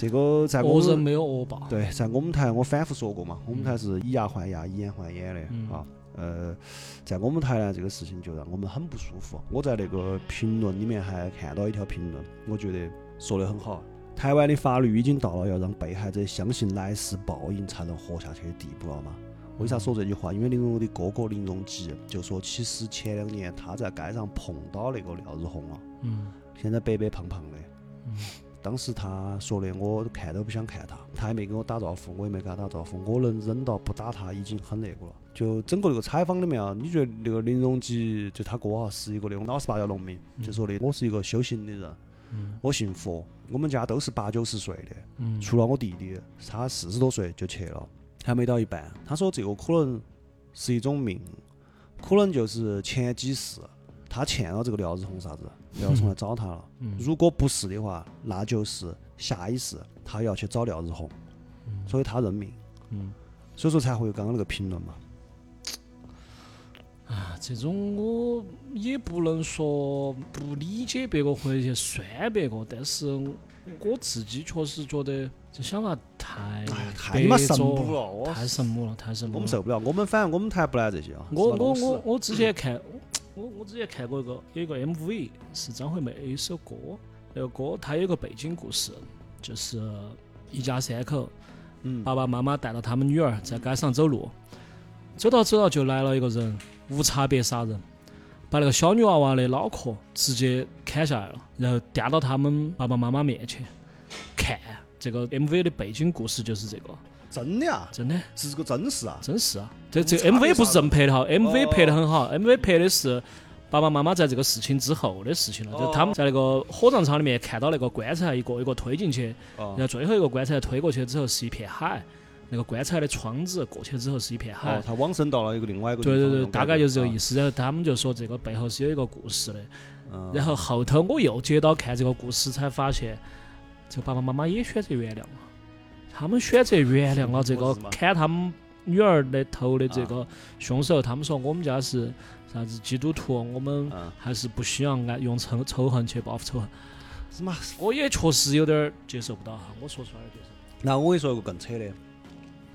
Speaker 1: 这个在我
Speaker 2: 恶人
Speaker 1: 们
Speaker 2: 没有恶报。
Speaker 1: 对在我们台我反复说过嘛，我们台是以牙还牙，以眼还眼的、
Speaker 2: 嗯
Speaker 1: 啊。呃，在我们台呢，这个事情就让我们很不舒服。我在那个评论里面还看到一条评论，我觉得说得很好。台湾的法律已经到了要让被害者相信来世报应才能活下去的地步了吗？为啥说这句话？因为玲珑的哥哥林荣吉就说，其实前两年他在街上碰到那个廖日红了，
Speaker 2: 嗯
Speaker 1: 现在白白胖胖的。
Speaker 2: 嗯
Speaker 1: 当时他说的，我看都不想看他，他还没跟我打招呼，我也没跟他打招呼，我能忍到不打他已经很那个了。就整个那个采访里面啊，你觉得那个林荣吉就他哥啊，是一个那种老实巴交农民，就说的我是一个修行的人，
Speaker 2: 嗯
Speaker 1: 我信佛，我们家都是八九十岁的，
Speaker 2: 嗯
Speaker 1: 除了我弟弟，他四十多岁就去了，还没到一半。他说这个可能是一种命，可能就是前几世他欠了这个廖日红啥子，廖日红来找他了。
Speaker 2: 嗯
Speaker 1: 如果不是的话，那就是下一世他要去找廖日红，
Speaker 2: 嗯
Speaker 1: 所以他认命，
Speaker 2: 嗯
Speaker 1: 所以说才会有刚刚那个评论嘛。
Speaker 2: 啊，这种我也不能说不理解别个或者去酸别个，但是我自己确实觉得这想法太
Speaker 1: 哎呀，太
Speaker 2: 白
Speaker 1: 他妈神
Speaker 2: 左
Speaker 1: 不了，我
Speaker 2: 太神母了，哦太神
Speaker 1: 我
Speaker 2: 母
Speaker 1: 们
Speaker 2: 了。
Speaker 1: 受不了，我们反正我们台不来这些啊。
Speaker 2: 我
Speaker 1: 是吧
Speaker 2: 我
Speaker 1: 弄死
Speaker 2: 我我之前看，我我之前看过一个有一个 MV 是张惠妹的一首歌，那个歌它有个背景故事，就是一家三口，
Speaker 1: 嗯
Speaker 2: 爸爸妈妈带着他们女儿在街上走路，走到走到就来了一个人，无差别杀人，把那个小女娃娃的脑壳直接砍下来了，然后颠到他们爸爸妈妈面前看。这个 MV 的背景故事就是这个，
Speaker 1: 真的呀，
Speaker 2: 真的
Speaker 1: 是个真事啊。
Speaker 2: 真是啊，这这
Speaker 1: 无差别
Speaker 2: MV 不是人拍的哈，MV
Speaker 1: 哦
Speaker 2: 拍的很好，MV 拍的是爸爸妈妈在这个事情之后的事情了，就
Speaker 1: 哦
Speaker 2: 他们在那个火葬场里面看到那个棺材一个一个推进去，
Speaker 1: 哦
Speaker 2: 然后最后一个棺材推过去之后是一片海，那个棺材的窗子过去之后是一片海
Speaker 1: 哦，，他往生到了一个另外一个地
Speaker 2: 对
Speaker 1: 方
Speaker 2: 对
Speaker 1: 那
Speaker 2: 对，
Speaker 1: 种
Speaker 2: 大
Speaker 1: 感
Speaker 2: 概
Speaker 1: 觉
Speaker 2: 就是这个
Speaker 1: 啊
Speaker 2: 意思。然后他们就说这个背后是有一个故事的，
Speaker 1: 嗯
Speaker 2: 然后后头我又接到看这个故事，才发现这个爸爸妈妈也选择原谅了，他们选择原谅了这
Speaker 1: 我
Speaker 2: 个
Speaker 1: 日妈
Speaker 2: 砍他们女儿的头的这
Speaker 1: 啊
Speaker 2: 个凶手。他们说我们家是啥子基督徒，我们
Speaker 1: 嗯，
Speaker 2: 还是不希望爱用仇仇恨去报复仇恨。
Speaker 1: 是嘛？
Speaker 2: 我也确实有点儿接受不到哈，我说出来有点接受不
Speaker 1: 那我跟你说一个更扯的，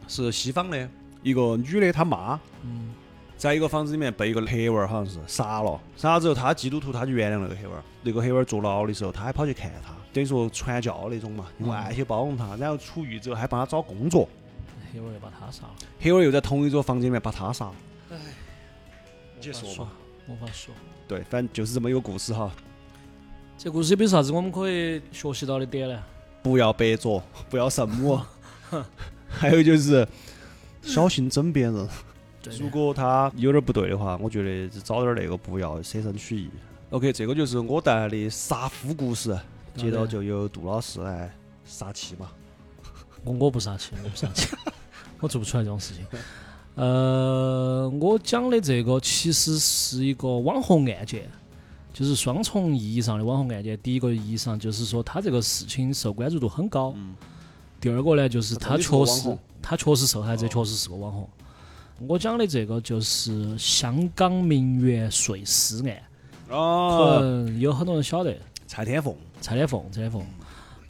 Speaker 1: 是西方的一个女的，她妈
Speaker 2: 到。嗯
Speaker 1: 在一个房子里面被一个黑娃儿好像是杀了，杀了之后她基督徒，她就原谅那个黑娃儿。那个黑娃儿坐牢的时候，她还跑去看她，等于说传教那种嘛，用爱去包容她，然后出狱之后还帮她找工作。
Speaker 2: 一会儿又把他杀了，
Speaker 1: 黑娃儿又在同一座房间里面把她杀了。
Speaker 2: 无
Speaker 1: 接
Speaker 2: 法
Speaker 1: 说
Speaker 2: 说
Speaker 1: 吧，
Speaker 2: 无法说。
Speaker 1: 对，反正就是这么一个故事哈。
Speaker 2: 这故事有没有啥子我们可以学习到的点呢？
Speaker 1: 不要白做，不要圣母， 还有就是小心整别人。
Speaker 2: 对的
Speaker 1: 如果他有点不对的话，我觉得就找点那个不要舍身取义。 OK，这个就是我带来的杀夫故事，接
Speaker 2: 好
Speaker 1: 着
Speaker 2: 的
Speaker 1: 就由杜老师来杀妻嘛。
Speaker 2: 我我不杀气，我不杀气， 我做不出来这种事情。呃，我讲的这个其实是一个网红案件，就是双重意义上的网红案件。第一个意义上就是说，他这个事情受关注度很高。
Speaker 1: 嗯
Speaker 2: 第二个呢，就是
Speaker 1: 他真
Speaker 2: 他
Speaker 1: 的是个
Speaker 2: 确
Speaker 1: 网
Speaker 2: 实
Speaker 1: 红，
Speaker 2: 他确实受害者
Speaker 1: 哦
Speaker 2: 确实是个网红。我讲的这个就是香港名媛碎尸案，可
Speaker 1: 哦，
Speaker 2: 能有很多人晓得。
Speaker 1: 蔡天凤，
Speaker 2: 蔡天凤，蔡天凤，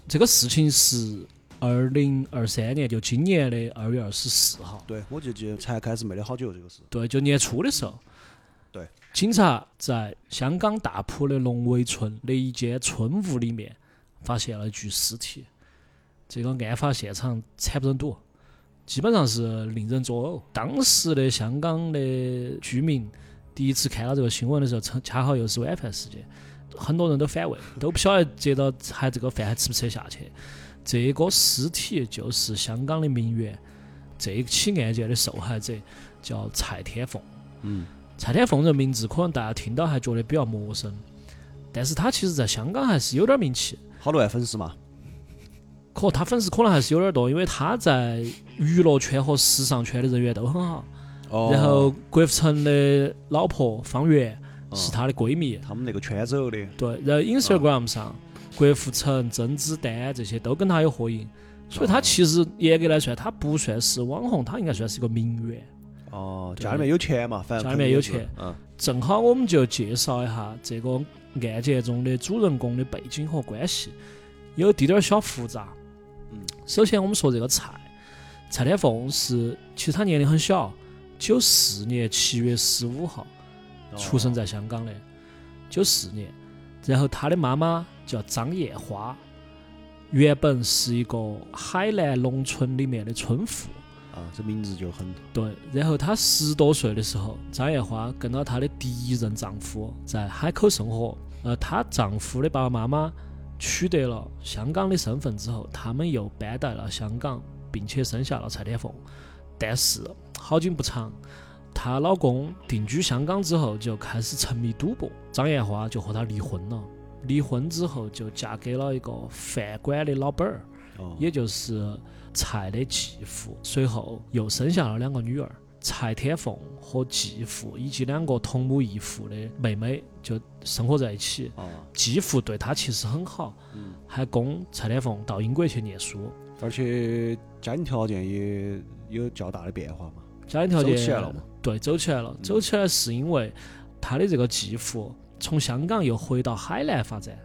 Speaker 2: 这个事情是二零二三年，就今年的二月二十四号，
Speaker 1: 对我就记得才开始没得好久这个事。
Speaker 2: 对，就年初的时候。
Speaker 1: 对。
Speaker 2: 警察在香港大埔的龙围村的一间村屋里面发现了一具尸体，这个案发现场惨不忍睹，基本上是令人作呕。当时的香港的居民第一次看到这个新闻的时候，恰恰好又是晚饭时间，很多人都反胃，都不晓得接到还这个饭还吃不吃得下去。这个尸体就是香港的名媛，这一起案件的受害者叫蔡天凤。
Speaker 1: 嗯，
Speaker 2: 蔡天凤这个名字可能大家听到还觉得比较陌生，但是她其实在香港还是有点名气。
Speaker 1: 好多万粉丝嘛。
Speaker 2: 可她粉丝可能还是有点多，因为她在娱乐圈和时尚圈的人缘都很好。
Speaker 1: 哦
Speaker 2: 然后郭富城的老婆方圆
Speaker 1: 嗯
Speaker 2: 是她的闺蜜，
Speaker 1: 他们那个圈走的，
Speaker 2: 对，然后 Instagram
Speaker 1: 哦
Speaker 2: 上，郭富城、甄子丹这些都跟她有合影，所以她
Speaker 1: 哦
Speaker 2: 其实严格来算，她不算是网红，她应该算是一个名媛。
Speaker 1: 哦，
Speaker 2: 对
Speaker 1: 家里面有钱嘛，反正
Speaker 2: 家里面有钱
Speaker 1: 肯定嗯是，
Speaker 2: 正好我们就介绍一下这个案件中的主人公的背景和关系，有滴点儿小复杂。
Speaker 1: 嗯，
Speaker 2: 首先我们说这个蔡，蔡天凤是其实她年龄很小，九四年七月十五号
Speaker 1: 嗯，
Speaker 2: 出生
Speaker 1: 在
Speaker 2: 在香港的，九四年。然后她的妈妈叫张艳花，原本是一个海南农村里面的村妇。
Speaker 1: 啊，这名字就很
Speaker 2: 对，然后她十多岁的时候，张艳花跟到她的第一任丈夫在海口生活。呃，她丈夫的爸爸妈妈取得了香港的身份之后，他们又搬到了香港，并且生下了蔡天凤。但是好景不长，她老公定居香港之后就开始沉迷赌博，张艳花就和他离婚了。离婚之后就嫁给了一个饭馆的老板儿。
Speaker 1: 哦，
Speaker 2: 也就是蔡的继父，随后又生下了两个女儿，蔡天凤和继父以及两个同母异父的妹妹就生活在一起。
Speaker 1: 哦，
Speaker 2: 继父对她其实很好，
Speaker 1: 嗯，
Speaker 2: 还供蔡天凤到英国去念书，
Speaker 1: 而且家庭条件也有较大的变化嘛，
Speaker 2: 家庭条件
Speaker 1: 走起来了嘛，
Speaker 2: 对，走起来了，走起来是因为她的这个继父从香港又回到海南发展。
Speaker 1: 哦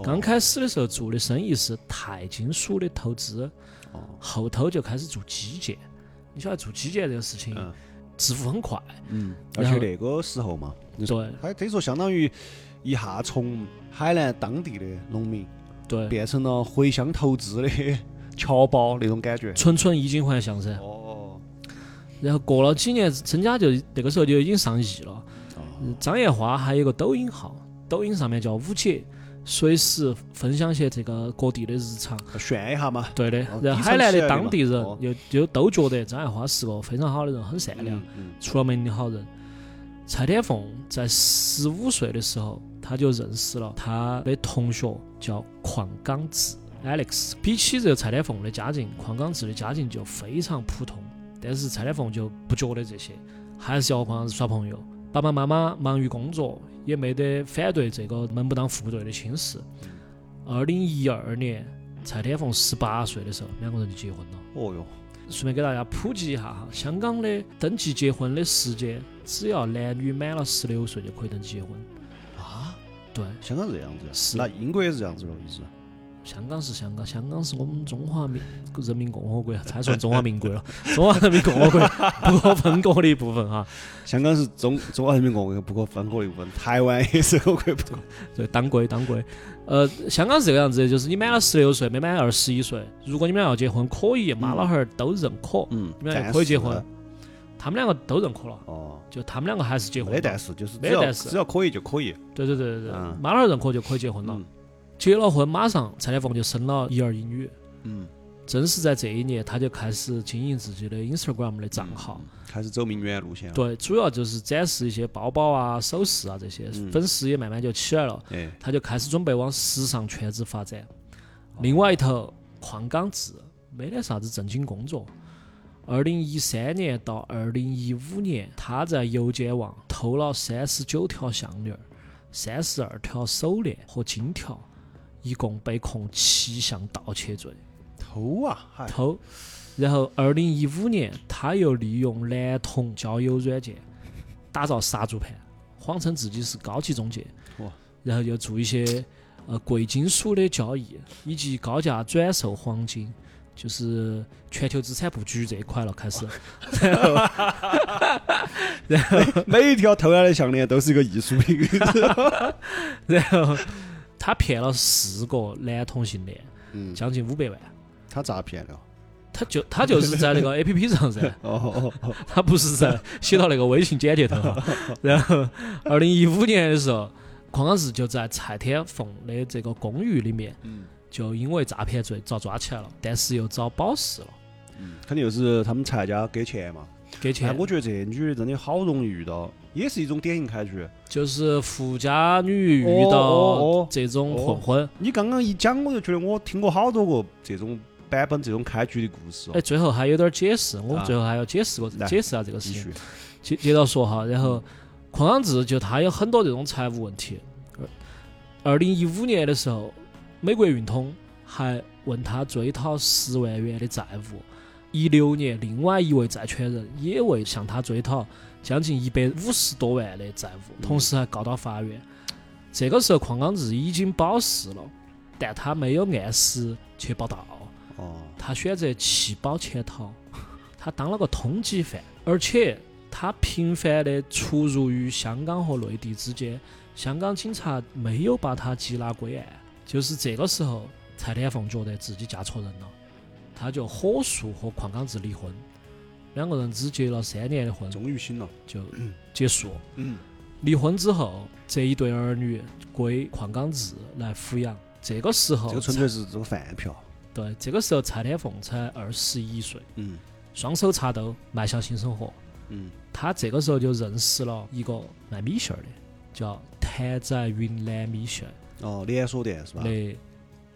Speaker 2: 刚开始的时候做的生意是钛金属的投资，
Speaker 1: 哦，
Speaker 2: 后头就开始做基建。你晓得做基建这个事情，
Speaker 1: 嗯
Speaker 2: 致富很快，
Speaker 1: 嗯，而
Speaker 2: 然
Speaker 1: 且
Speaker 2: 后
Speaker 1: 那个时候嘛，
Speaker 2: 对
Speaker 1: 他等于说相当于一下从海南当地的农民
Speaker 2: 对，
Speaker 1: 变成了回乡投资的侨胞那种感觉。
Speaker 2: 纯纯衣锦还乡噻。
Speaker 1: 哦，
Speaker 2: 然后过了几年，身家就那个时候就已经上亿了。
Speaker 1: 哦
Speaker 2: 张艳花还有个抖音号，抖音上面叫五姐，随时分享些这个各地的日常。
Speaker 1: 炫一下嘛，
Speaker 2: 对的
Speaker 1: 哦，
Speaker 2: 然后
Speaker 1: 底层
Speaker 2: 海南
Speaker 1: 起来的
Speaker 2: 的当地人
Speaker 1: 嘛哦
Speaker 2: 又又都觉得张艳花是个非常好的人，很善良
Speaker 1: 嗯，，嗯
Speaker 2: 出了门的好人。蔡天凤在十五岁的时候，她就认识了她的同学叫邝刚志 Alex。比起这个蔡天凤的家境，邝刚志的家境就非常普通，但是蔡天凤就不觉得这些，还是要和邝刚志耍朋友。爸爸妈妈忙于工作，也没得反对这个门不当户不对的亲事。二零一二年，蔡天凤十八岁的时候，两个人就结婚了。
Speaker 1: 哦哟，
Speaker 2: 顺便给大家普及一下哈，香港的登记结婚的时间，只要男女满了十六岁就可以登记结婚。
Speaker 1: 啊，
Speaker 2: 对，
Speaker 1: 香港是这样子的，啊
Speaker 2: 是
Speaker 1: 那英国也是这样子的，意思。
Speaker 2: 香港是香港，香港是我们中华民人民共和国， 才说中华民国了，中华人民共 和国不可分割的一部分哈。
Speaker 1: 香港是中中华人民共和国不可分割的一部分，台湾也是我国不可。
Speaker 2: 对，当归当归。呃，香港是这个样子的，就是你满了十六岁，没满二十一岁，如果你们要结婚，可以，妈老汉儿都认可，
Speaker 1: 嗯
Speaker 2: 你们俩
Speaker 1: 暂
Speaker 2: 可以结
Speaker 1: 时
Speaker 2: 婚
Speaker 1: 的。
Speaker 2: 他们两个都认可了，
Speaker 1: 嗯哦，
Speaker 2: 就他们两个还是结婚
Speaker 1: 没
Speaker 2: 了。
Speaker 1: 得但是，就是只
Speaker 2: 没得
Speaker 1: 要
Speaker 2: 但是
Speaker 1: 只要可以就可以。啊
Speaker 2: 对对对对对
Speaker 1: 嗯，
Speaker 2: 妈老汉儿认可就可以结婚了。
Speaker 1: 嗯
Speaker 2: 结了婚，马上蔡天凤就生了一儿一女。
Speaker 1: 嗯，
Speaker 2: 正是在这一年，他就开始经营自己的 Instagram 的账号，
Speaker 1: 开始走名媛路线了。
Speaker 2: 对，主要就是展示一些包包啊、首饰啊这些，
Speaker 1: 嗯
Speaker 2: 粉丝也慢慢就起来了。
Speaker 1: 哎，
Speaker 2: 他就开始准备往时尚圈子发展。另外一头，邝刚志没得啥子正经工作。二零一三年到二零一五年，他在油尖旺偷了三十九条项链儿、三十二条手链和金条，一共被控七项盗窃罪。
Speaker 1: 偷啊，嗨，
Speaker 2: 偷。然后，二零一五年，他又利用男童交友软件打造杀猪盘，谎称自己是高级中介
Speaker 1: 哇，
Speaker 2: 然后又做一些呃贵金属的交易，以及高价转售黄金，就是全球资产布局这一块了开始。
Speaker 1: 每一条偷来的项链都是一个艺术品。
Speaker 2: 然后他骗了四个男同性恋，
Speaker 1: 嗯，
Speaker 2: 将近五百万。
Speaker 1: 他诈骗了。
Speaker 2: 他就他就是在那个 A P P 上噻，
Speaker 1: 哦哦
Speaker 2: 他不 是在写到那个微信简介头啊。然后，二零一五年的时候，邝刚志就在蔡天凤的这个公寓里面，
Speaker 1: 嗯
Speaker 2: 就因为诈骗罪遭抓起来了，但是又遭保释了，
Speaker 1: 嗯，肯定就是他们蔡家给钱嘛。
Speaker 2: 给
Speaker 1: 哎，
Speaker 2: 钱。
Speaker 1: 我觉得这女的真的好容易遇到，也是一种典型开局。
Speaker 2: 就是富家女遇
Speaker 1: 哦哦
Speaker 2: 到
Speaker 1: 哦
Speaker 2: 这种混混，
Speaker 1: 你刚刚一讲，我就觉得我听过好多个这种版本、这种开局的故事哦
Speaker 2: 哎，。最后还有点解释，我们
Speaker 1: 啊
Speaker 2: 最后还要解释个
Speaker 1: 来
Speaker 2: 解释下这个事
Speaker 1: 继
Speaker 2: 情。
Speaker 1: 续，
Speaker 2: 接接着说哈，然后邝刚志就他有很多这种财务问题。二零一五年的时候，美国运通还问他追讨十万元的债务。一六年，另外一位债权人也为向他追讨将近一百五十多万的债务，同时还告到法院。这个时候，邝刚志已经保释了，但他没有按时去报到。
Speaker 1: 哦，
Speaker 2: 他选择弃保潜逃， 他当了个通缉犯，而且他频繁的出入于香港和内地之间，香港警察没有把他缉拿归案。就是这个时候，蔡天凤觉得自己嫁错人了，他就火速和邝刚志离婚，两个人只结了三年的婚
Speaker 1: 终于醒了。
Speaker 2: 就结束。
Speaker 1: 嗯，
Speaker 2: 离婚之后，这一对儿女归邝刚志来抚养。这个时候，
Speaker 1: 这个纯粹是这个饭票。
Speaker 2: 对，这个时候蔡天凤才二十一岁。
Speaker 1: 嗯
Speaker 2: 双手插兜，迈向新生活。
Speaker 1: 嗯，
Speaker 2: 他这个时候就认识了一个卖米线儿的，叫谭仔云南米线
Speaker 1: 哦，连锁店是吧？
Speaker 2: 的，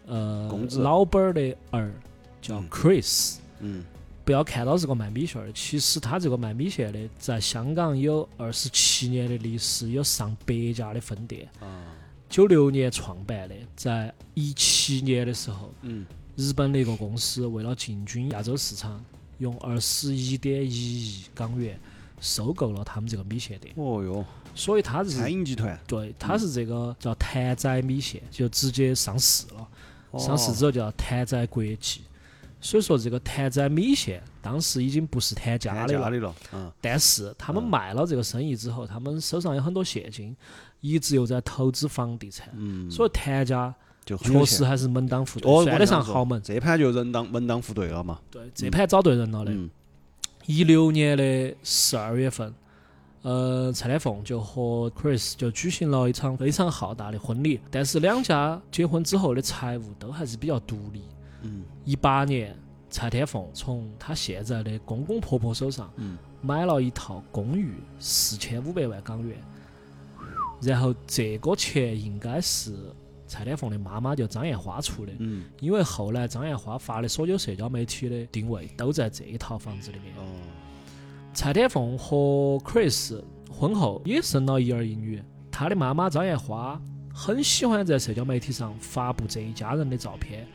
Speaker 2: 呃
Speaker 1: 公，子
Speaker 2: 老板儿的儿叫
Speaker 1: 嗯
Speaker 2: Chris。
Speaker 1: 嗯，
Speaker 2: 不要看到是个卖米线儿的，其实他这个卖米线的在香港有二十七年的历史，有上百家的分店。
Speaker 1: 啊，
Speaker 2: 九六年创办的，在一七年的时候，
Speaker 1: 嗯，
Speaker 2: 日本的一个公司为了进军亚洲市场，用二十一点一亿港元收购了他们这个米线店，
Speaker 1: 哦哟，
Speaker 2: 所以它
Speaker 1: 餐
Speaker 2: 是
Speaker 1: 饮集团
Speaker 2: 对，它是这个叫谭仔米线，就直接上市了。
Speaker 1: 哦
Speaker 2: 上市之后叫谭仔国际，所以说这个谭仔米线当时已经不是谭家
Speaker 1: 家
Speaker 2: 的
Speaker 1: 家
Speaker 2: 了，
Speaker 1: 里了。嗯，
Speaker 2: 但是他们
Speaker 1: 嗯
Speaker 2: 卖了这个生意之后，他们手上有很多现金，一直又在投资房地产，
Speaker 1: 嗯，
Speaker 2: 所以谭家
Speaker 1: 就很有
Speaker 2: 确
Speaker 1: 钱
Speaker 2: 实还是门当户
Speaker 1: 哦
Speaker 2: 对，算得上豪门。
Speaker 1: 这盘就人当门当户对了嘛。
Speaker 2: 对，这盘找对人了的。
Speaker 1: 嗯
Speaker 2: 一六年的十二月份，呃，蔡天凤就和 Chris 就举行了一场非常浩大的婚礼，但是两家结婚之后的财务都还是比较独立。
Speaker 1: 嗯
Speaker 2: 一八年，蔡天凤从她现在的公公婆婆手上
Speaker 1: 嗯，
Speaker 2: 买了一套公寓，四千五百万港元。然后这个钱应该是蔡天凤的妈妈，就张艳花出的。
Speaker 1: 嗯，
Speaker 2: 因为后来张艳花发的所有社交媒体的定位都在这一套房子里面。
Speaker 1: 哦，
Speaker 2: 蔡天凤和 Chris 婚后也生了一儿一女，她的妈妈张艳花很喜欢在社交媒体上发布这一家人的照片，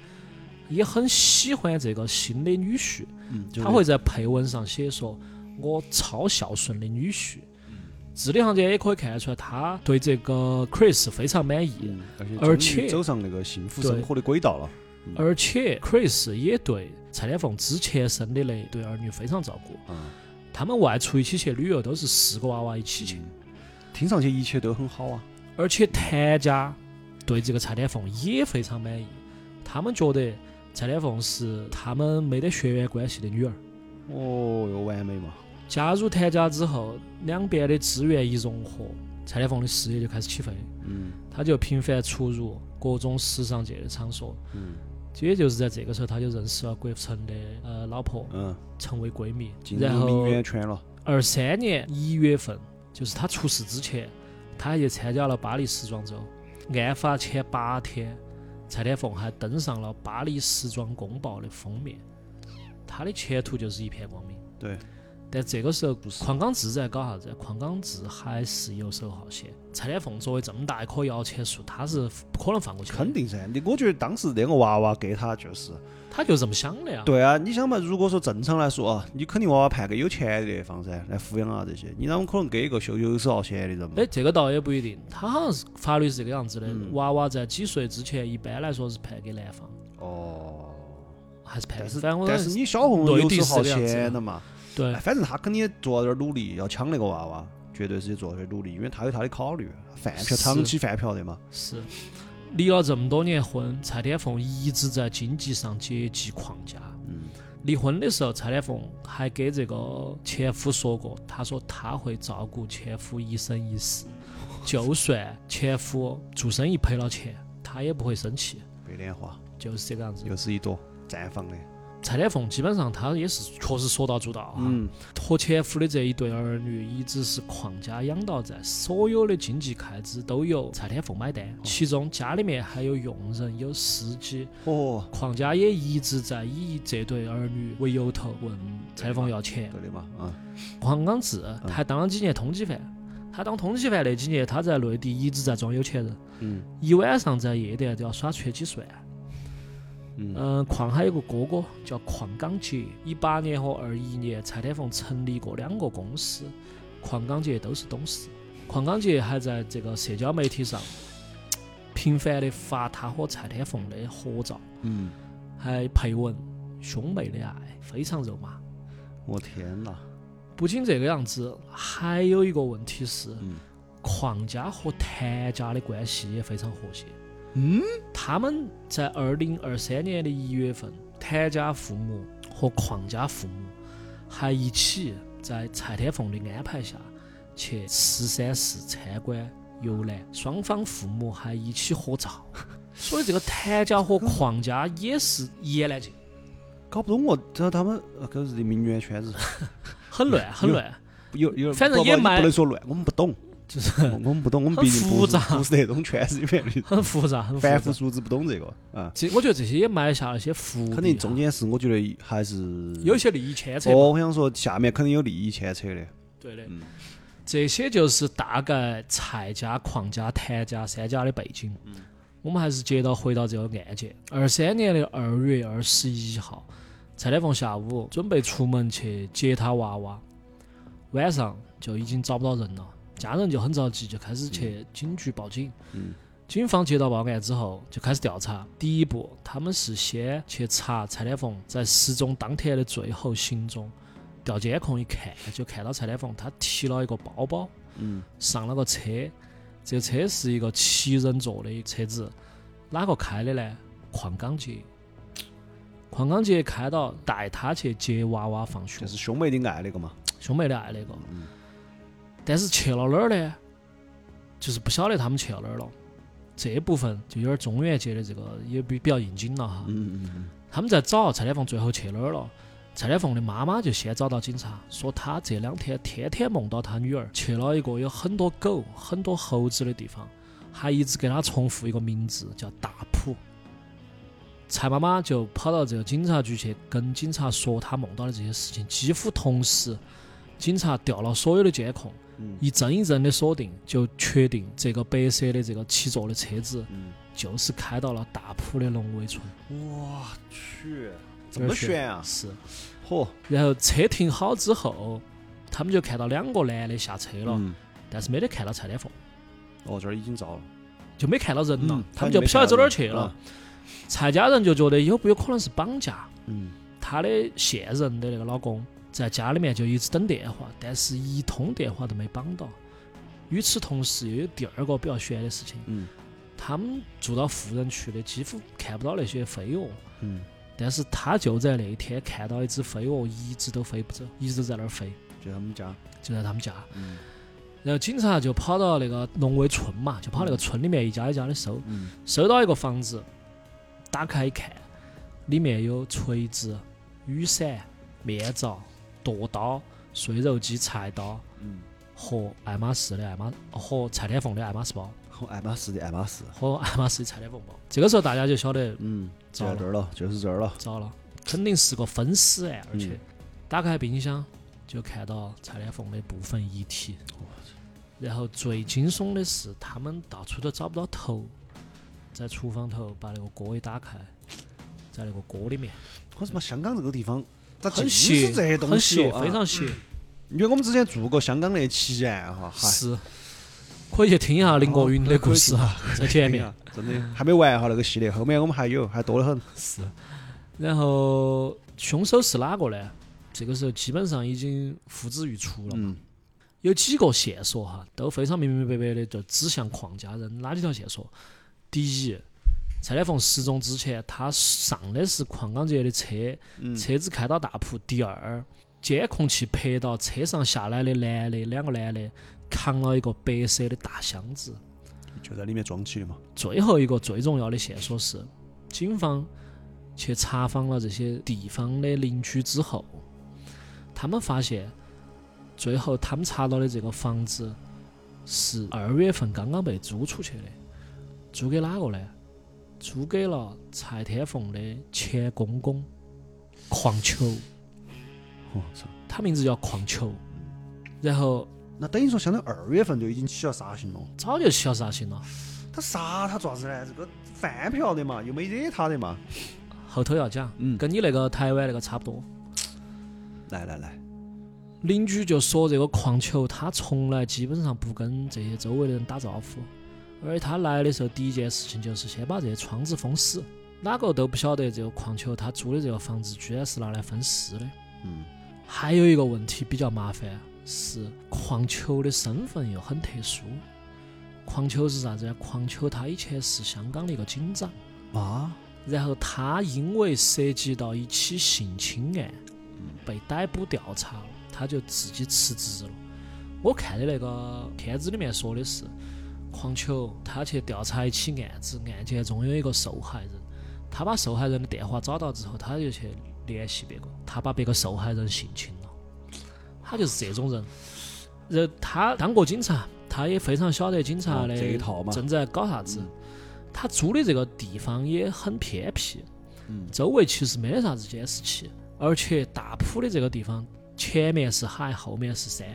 Speaker 2: 也很喜欢这个新的女婿。
Speaker 1: 嗯，就是
Speaker 2: 她会在配文上写说：“我超孝顺的女婿。”
Speaker 1: 嗯
Speaker 2: 字里行间也可以看得出来，她对这个 Chris 非常满意。
Speaker 1: 嗯，
Speaker 2: 而
Speaker 1: 而且终
Speaker 2: 且
Speaker 1: 于走上那个幸福
Speaker 2: 对
Speaker 1: 生活的轨道了。
Speaker 2: 而且 Chris 也对蔡天凤之前生的那对儿女非常照顾，
Speaker 1: 嗯，
Speaker 2: 他们外出一起去旅游都是四个娃娃一起去，
Speaker 1: 嗯听上去一切都很好啊。
Speaker 2: 而且谭家对这个蔡天凤也非常满意，他们觉得蔡天凤是他们没得血缘关系的女儿。
Speaker 1: 哦哟，完美嘛。
Speaker 2: 加入谭家之后，两边的资源一融合，蔡天凤的事业就开始起飞，
Speaker 1: 嗯
Speaker 2: 她就频繁出入各种时尚界的场所，
Speaker 1: 嗯，
Speaker 2: 就也就是在这个时候，他就认识了郭富城的呃老婆，
Speaker 1: 嗯，
Speaker 2: 成为闺蜜。
Speaker 1: 进
Speaker 2: 然
Speaker 1: 入
Speaker 2: 后
Speaker 1: 名媛圈了，
Speaker 2: 二三年一月份，就是他出事之前，他还去参加了巴黎时装周。案发前八天，蔡天凤还登上了《巴黎时装公报》的封面，他的前途就是一片光明。
Speaker 1: 对，
Speaker 2: 但这个时候
Speaker 1: 不，是
Speaker 2: 邝刚志在搞啥子？邝刚志还是游手好闲。蔡天凤作为这么大一棵摇钱树，他是不可能放过去的，
Speaker 1: 肯定噻。你我觉得当时那个娃娃给他就是，
Speaker 2: 他就这么想的呀。
Speaker 1: 对啊，你想嘛，如果说正常来说啊，你肯定娃娃判给有钱的地方噻，来抚养啊这些，你哪有可能给一个修游手好闲的人嘛？
Speaker 2: 哎，这个倒也不一定，他好像是法律是这个样子的，
Speaker 1: 嗯
Speaker 2: 娃娃在几岁之前，一般来说是判给男方，
Speaker 1: 哦，
Speaker 2: 还是判
Speaker 1: 但
Speaker 2: 给
Speaker 1: 是
Speaker 2: 反正我
Speaker 1: 但是你小红
Speaker 2: 内
Speaker 1: 游
Speaker 2: 地
Speaker 1: 手
Speaker 2: 是
Speaker 1: 好
Speaker 2: 这样子
Speaker 1: 闲
Speaker 2: 的
Speaker 1: 的嘛，
Speaker 2: 对
Speaker 1: 哎，反正他肯定也做了点努力，要抢那个娃娃，绝对是做了点努力，因为他有他的考虑，饭票
Speaker 2: 是
Speaker 1: 长期饭票的嘛，
Speaker 2: 是离了这么多年婚，蔡天凤一直在经济上阶级框架。
Speaker 1: 嗯，
Speaker 2: 离婚的时候，蔡天凤还给这个前夫说过，她说她会照顾前夫一生 一世，就算前夫做生意赔了钱，她也不会生气，
Speaker 1: 白莲花
Speaker 2: 就是这个样子。
Speaker 1: 又是一朵绽放的，
Speaker 2: 蔡天凤基本上她也是确实说到做啊到哈，
Speaker 1: 嗯，
Speaker 2: 和前夫的这一对儿女一直是邝家养到在，所有的经济开支都由蔡天凤买单，其中家里面还有佣人、有司机，
Speaker 1: 哦，
Speaker 2: 邝家也一直在以这对儿女为由头问蔡天凤要钱。
Speaker 1: 对的嘛，啊，
Speaker 2: 黄刚志
Speaker 1: 嗯
Speaker 2: 他还当了几年通缉犯，他当通缉犯那几年，他在内地一直在装有钱人，
Speaker 1: 嗯
Speaker 2: 一晚上在夜店都要耍缺几算。
Speaker 1: 嗯，
Speaker 2: 嗯，邝还有个哥哥叫邝刚杰，一八年和二一年，蔡天凤成立过两个公司，邝刚杰都是董事。邝刚杰还在这个社交媒体上频繁的发他和蔡天凤的合照，
Speaker 1: 嗯，
Speaker 2: 还配文兄妹的爱非常肉麻。
Speaker 1: 我天哪，
Speaker 2: 不仅这个样子，还有一个问题是
Speaker 1: 嗯，
Speaker 2: 邝家和谭家的关系也非常和谐。
Speaker 1: 嗯，
Speaker 2: 他们在二零二三年的一月份，谭家父母和邝家父母还一起在蔡天凤的安排下去十三市参观游览，双方父母还一起合照。 所以这个谭家和邝家也是一言难尽，
Speaker 1: 搞不懂我这他们呃可是名媛圈子，
Speaker 2: 很乱，很乱。
Speaker 1: 有有，
Speaker 2: 反正
Speaker 1: 不
Speaker 2: 也
Speaker 1: 不
Speaker 2: 蛮
Speaker 1: 不能说乱，我们不懂，
Speaker 2: 就是
Speaker 1: 我我们不懂，我们
Speaker 2: 很
Speaker 1: 毕竟不
Speaker 2: 复
Speaker 1: 是
Speaker 2: 杂
Speaker 1: 不是那种圈子里面的，
Speaker 2: 很复杂，很复
Speaker 1: 凡
Speaker 2: 杂。
Speaker 1: 夫俗子不懂这个，啊，
Speaker 2: 这我觉得这些也埋下了一些伏笔哈，啊
Speaker 1: 肯定中间是我觉得还是
Speaker 2: 嗯有一些利益牵扯。
Speaker 1: 哦，我想说下面肯定有利益牵扯的，
Speaker 2: 对的，
Speaker 1: 嗯
Speaker 2: 这些就是大概蔡家、邝家、谭家三家的背景。
Speaker 1: 嗯
Speaker 2: 我们还是接到回到这个案件。二三年的二月二十一号，蔡天凤下午准备出门去接她娃娃，晚上就已经找不到人了，家人就很着急，就开始去警局报警。
Speaker 1: 嗯
Speaker 2: 警方接到报案之后，就开始调查。第一步，他们是先去查蔡天凤在失踪当天的最后行踪，调监控一看，就看到蔡天凤她提了一个包包，
Speaker 1: 嗯，
Speaker 2: 上了个车，这个车是一个七人座的车子，哪个开的呢？邝刚杰。邝刚杰开到带他去接娃娃放学
Speaker 1: 就，是兄妹的爱那个嘛，
Speaker 2: 兄妹俩那个。
Speaker 1: 嗯
Speaker 2: 但是去了哪儿呢？就是不晓得他们去了哪儿了。这一部分就有点中元节的这个也比比较应景了哈。
Speaker 1: 嗯嗯嗯，
Speaker 2: 他们在找蔡天凤最后去哪儿了。蔡天凤的妈妈就先找到警察，说她这两天天天梦到她女儿去了一个有很多狗、很多猴子的地方，还一直给她重复一个名字叫大埔。蔡妈妈就跑到这个警察局去跟警察说她梦到的这些事情，几乎同时，警察调了所有的监控，
Speaker 1: 嗯
Speaker 2: 一帧一帧的锁定，就确定这个白色的这个七座的车子
Speaker 1: 嗯
Speaker 2: 就是开到了大埔的龙尾村。
Speaker 1: 我去，这么
Speaker 2: 就是
Speaker 1: 悬啊！
Speaker 2: 是。
Speaker 1: 嚯，
Speaker 2: 然后车停好之后，他们就看到两个男的下车了，
Speaker 1: 嗯，
Speaker 2: 但是没得看到蔡天凤，
Speaker 1: 哦，这儿已经着了，
Speaker 2: 就没看到人了，
Speaker 1: 嗯
Speaker 2: 他们就不晓得走哪儿去，
Speaker 1: 反
Speaker 2: 了。
Speaker 1: 正没
Speaker 2: 蔡家人就觉得有不有可能是绑架，
Speaker 1: 看到人嗯，
Speaker 2: 她的现任的那个老公在家里面就一直等电话，但是一通电话都没绑到。与此同时，又有第二个比较悬的事情，
Speaker 1: 嗯
Speaker 2: 他们住到富人区的，几乎看不到那些飞蛾，
Speaker 1: 嗯，
Speaker 2: 但是他就在那一天看到一只飞蛾，一直都飞不走，一直都在那儿飞，
Speaker 1: 嗯就他们家，
Speaker 2: 就在他们家。
Speaker 1: 嗯
Speaker 2: 然后警察就跑到那个龙尾村嘛，就跑那个村里面一家一家的搜，
Speaker 1: 嗯
Speaker 2: 搜到一个房子，打开一看，里面有锤子、雨伞、面罩、剁刀、碎肉机、菜刀
Speaker 1: 嗯，
Speaker 2: 和爱马仕的爱马和蔡天凤的爱马仕包
Speaker 1: 和哦爱马仕的爱马仕，
Speaker 2: 和爱马仕的蔡天凤包。这个时候大家就晓得
Speaker 1: 嗯，就
Speaker 2: 糟
Speaker 1: 在
Speaker 2: 了
Speaker 1: 这儿了，就是这儿了，
Speaker 2: 糟了，肯定是个分尸案，而且
Speaker 1: 嗯
Speaker 2: 打开冰箱就看到蔡天凤的部分遗体。
Speaker 1: 哦
Speaker 2: 然后最惊悚的是，他们到处都找不到头，在厨房头把那个锅一打开，在那个锅里面
Speaker 1: 可是嘛，香港这个地方咋
Speaker 2: 很
Speaker 1: 尽
Speaker 2: 邪
Speaker 1: 是这些，东
Speaker 2: 很
Speaker 1: 西
Speaker 2: 邪，
Speaker 1: 哦啊
Speaker 2: 非常邪，
Speaker 1: 因为我们之前做过香港那一期然哈，嗨
Speaker 2: 是。可以去听一下林国云的故事啊，在前面。
Speaker 1: 哎真的还没完哈那个系列，后面我们还有，还多得很。
Speaker 2: 是。然后凶手是哪个呢？这个时候基本上已经呼之欲出了嘛。
Speaker 1: 嗯
Speaker 2: 有几个线索哈，都非常明明白白的就指向邝家人。哪几条线索？第一，蔡天凤失踪之前，他上的是邝刚杰的车，
Speaker 1: 嗯
Speaker 2: 车子开到大埔。第二，监控器拍到车上下来的男的，两个男的扛了一个白色的大箱子。
Speaker 1: 就在里面装起的嘛。
Speaker 2: 最后一个最重要的线索是，警方去查访了这些地方的邻居之后，他们发现，最后他们查到的这个房子是二月份刚刚被租出去的，租给哪个呢？租给了蔡天凤的前公公邝球，
Speaker 1: 我哦操！
Speaker 2: 他名字叫邝球。然后
Speaker 1: 那等于说，相当于二月份就已经起了杀心了。
Speaker 2: 早就起了杀心了，
Speaker 1: 他杀他做啥子呢？这个饭票的嘛，又没惹他的嘛。
Speaker 2: 后头要讲，
Speaker 1: 嗯
Speaker 2: 跟你那个台湾那个差不多。
Speaker 1: 来来来，
Speaker 2: 邻居就说这个矿球他从来基本上不跟这些周围的人打招呼，而且他来的时候第一件事情就是先把这些窗子封死，哪个都不晓得这个矿球他租的这个房子居然是拿来分尸的。
Speaker 1: 嗯，
Speaker 2: 还有一个问题比较麻烦是，矿球的身份又很特殊。矿球是啥子呢？矿球他以前是香港的一个警长，
Speaker 1: 啊，
Speaker 2: 然后他因为涉及到一起性侵案
Speaker 1: 嗯
Speaker 2: 被逮捕调查了，他就自己辞职了。我看的那个片子里面说的是，狂球他去调查一起案子，案件中有一个受害人，他把受害人的电话找到之后，他就去联系别个，他把别个受害人性侵了，他就是这种人。然后他当过警察，他也非常晓得警察的
Speaker 1: 哦这一套嘛嗯
Speaker 2: 正在搞啥子。他租的这个地方也很偏僻，
Speaker 1: 嗯
Speaker 2: 周围其实没得啥子监视器，而且大埔的这个地方前面是海，后面是山，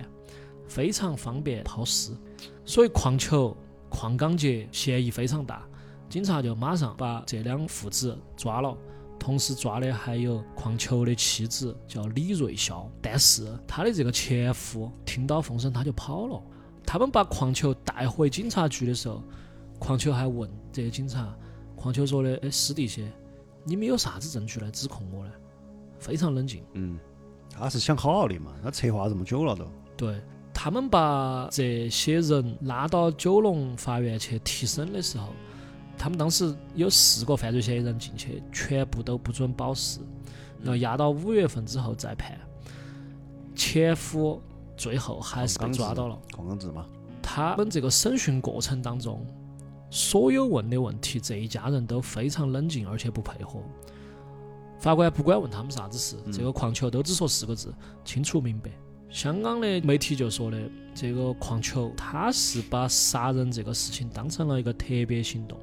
Speaker 2: 非常方便抛尸。所以矿球、矿岗杰嫌疑非常大，警察就马上把这两父子抓了。同时抓的还有矿球的妻子，叫李瑞霄，但是他的这个前夫听到风声他就跑了。他们把矿球带回警察局的时候，矿球还问这些警察，矿球说的：“哎，师弟些，你们有啥子证据来指控我呢？”非常冷静。
Speaker 1: 嗯，他是想好的嘛，他策划这么久了都。
Speaker 2: 对他们把这些人拉到九龙法院去提审的时候，他们当时有四个犯罪嫌疑人进去，全部都不准保释，然后押到五月份之后再判。前夫最后还是被抓到了。
Speaker 1: 邝刚志嘛，
Speaker 2: 他们这个审讯过程当中，所有问的问题，这一家人都非常冷静，而且不配合。法官不管问他们啥子事，
Speaker 1: 嗯
Speaker 2: 这个矿球都只说四个字：清楚明白。香港的媒体就说的，这个矿球他是把杀人这个事情当成了一个特别行动，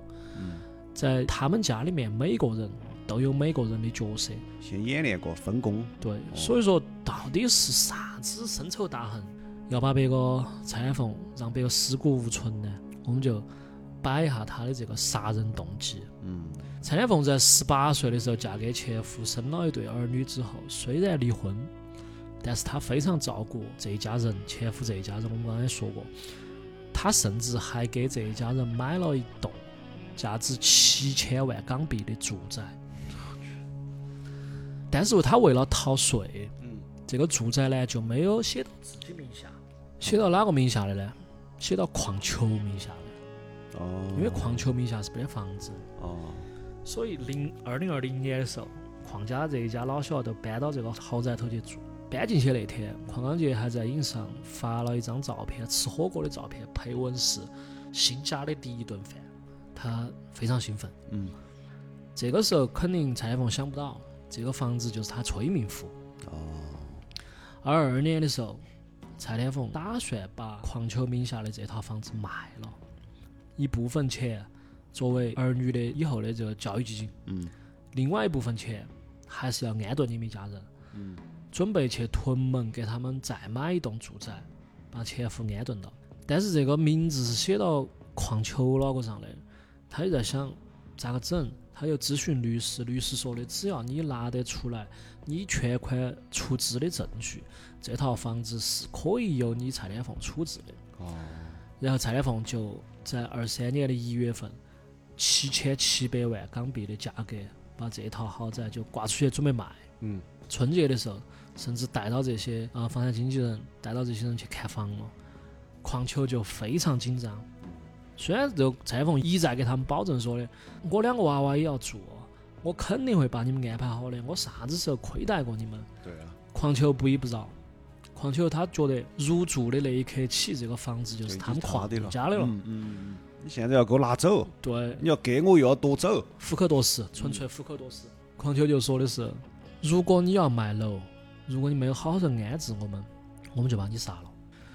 Speaker 2: 在他们家里面每个人都有每个人的角色，
Speaker 1: 先演练过分工。
Speaker 2: 对，所以说到底是啥子深仇大恨，要把别个蔡天凤让别个尸骨无存呢？我们就摆一下她的这个杀人动机。
Speaker 1: 嗯
Speaker 2: 蔡天凤在十八岁的时候嫁给前夫，生了一对儿女之后，虽然离婚，但是她非常照顾这一家人，前夫这一家人，我们刚才说过，她甚至还给这一家人买了一栋价值七千万港币的住宅。但是她为了逃税，
Speaker 1: 嗯，
Speaker 2: 这个住宅呢就没有写到自己名下，写到哪个名下的呢？写到矿球名下的，
Speaker 1: 哦，
Speaker 2: 因为矿球名下是没得房子的。
Speaker 1: 哦，
Speaker 2: 所以零二零二零年的时候，邝家这一家老小都搬到这个豪宅头去住。搬进去那天，邝刚杰还在影上发了一张照片，吃火锅的照片，配文是新家的第一顿饭。他非常兴奋。
Speaker 1: 嗯，
Speaker 2: 这个时候肯定蔡凤想不到，这个房子就是他催命符。哦。二二年的时候，蔡天凤打算把狂秋名下的这套房子卖了，一部分钱作为儿女的以后的这个教育基金，
Speaker 1: 嗯，
Speaker 2: 另外一部分钱还是要安顿你们一家人，
Speaker 1: 嗯，
Speaker 2: 准备去屯门给他们再买一栋住宅，把前夫安顿到。但是这个名字是写到狂秋脑壳上的，他就在想咋个整，他就咨询律师，律师说的只要你拿得出来你全款出资的证据，这套房子是可以由你蔡天凤处置的。
Speaker 1: 哦，
Speaker 2: 然后蔡天凤就在二三年的一月份，七千七百万港币的价格把这套豪宅就挂出去准备卖。
Speaker 1: 嗯，
Speaker 2: 春节的时候，甚至带到这些啊、呃房产经纪人，带到这些人去看房了。狂秋就非常紧张，虽然这个蔡凤一再给他们保证说的，我两个娃娃也要住，哦我肯定会把你们安排好的，我啥子时候亏待过你们？
Speaker 1: 对啊，
Speaker 2: 狂秋不依不饶，狂秋他觉得入住的那一刻起，这个房子就是他们狂
Speaker 1: 的
Speaker 2: 的家的了。
Speaker 1: 嗯嗯嗯，你现在要给我拿走，
Speaker 2: 对，
Speaker 1: 你要给我又要夺走，
Speaker 2: 虎口夺食，纯粹虎口夺食。狂秋就说的是，如果你要卖楼，如果你没有好好的安置我们，我们就把你杀了。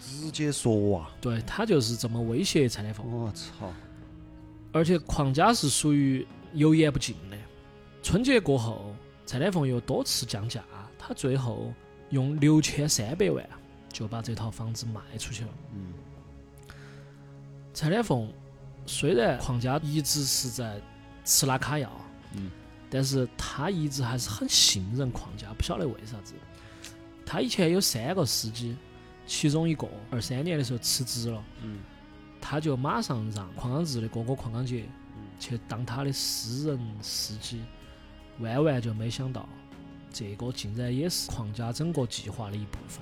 Speaker 1: 直接说啊！
Speaker 2: 对他就是这么威胁蔡天凤，
Speaker 1: 哦我操，
Speaker 2: 而且狂家是属于有言不尽的。春节过后，蔡天凤又多次降价，他最后用六千三百万就把这套房子卖出去了。
Speaker 1: 嗯
Speaker 2: 蔡天凤虽然狂家一直是在吃那卡药，
Speaker 1: 嗯，
Speaker 2: 但是他一直还是很信任狂家，不晓得为啥子。他以前有三个司机，其中一个二三年的时候辞职了，
Speaker 1: 嗯，
Speaker 2: 他就马上让邝刚志的哥哥邝刚杰
Speaker 1: 嗯
Speaker 2: 去当他的私人司机，万万就没想到，这个竟然也是狂家整个计划的一部分。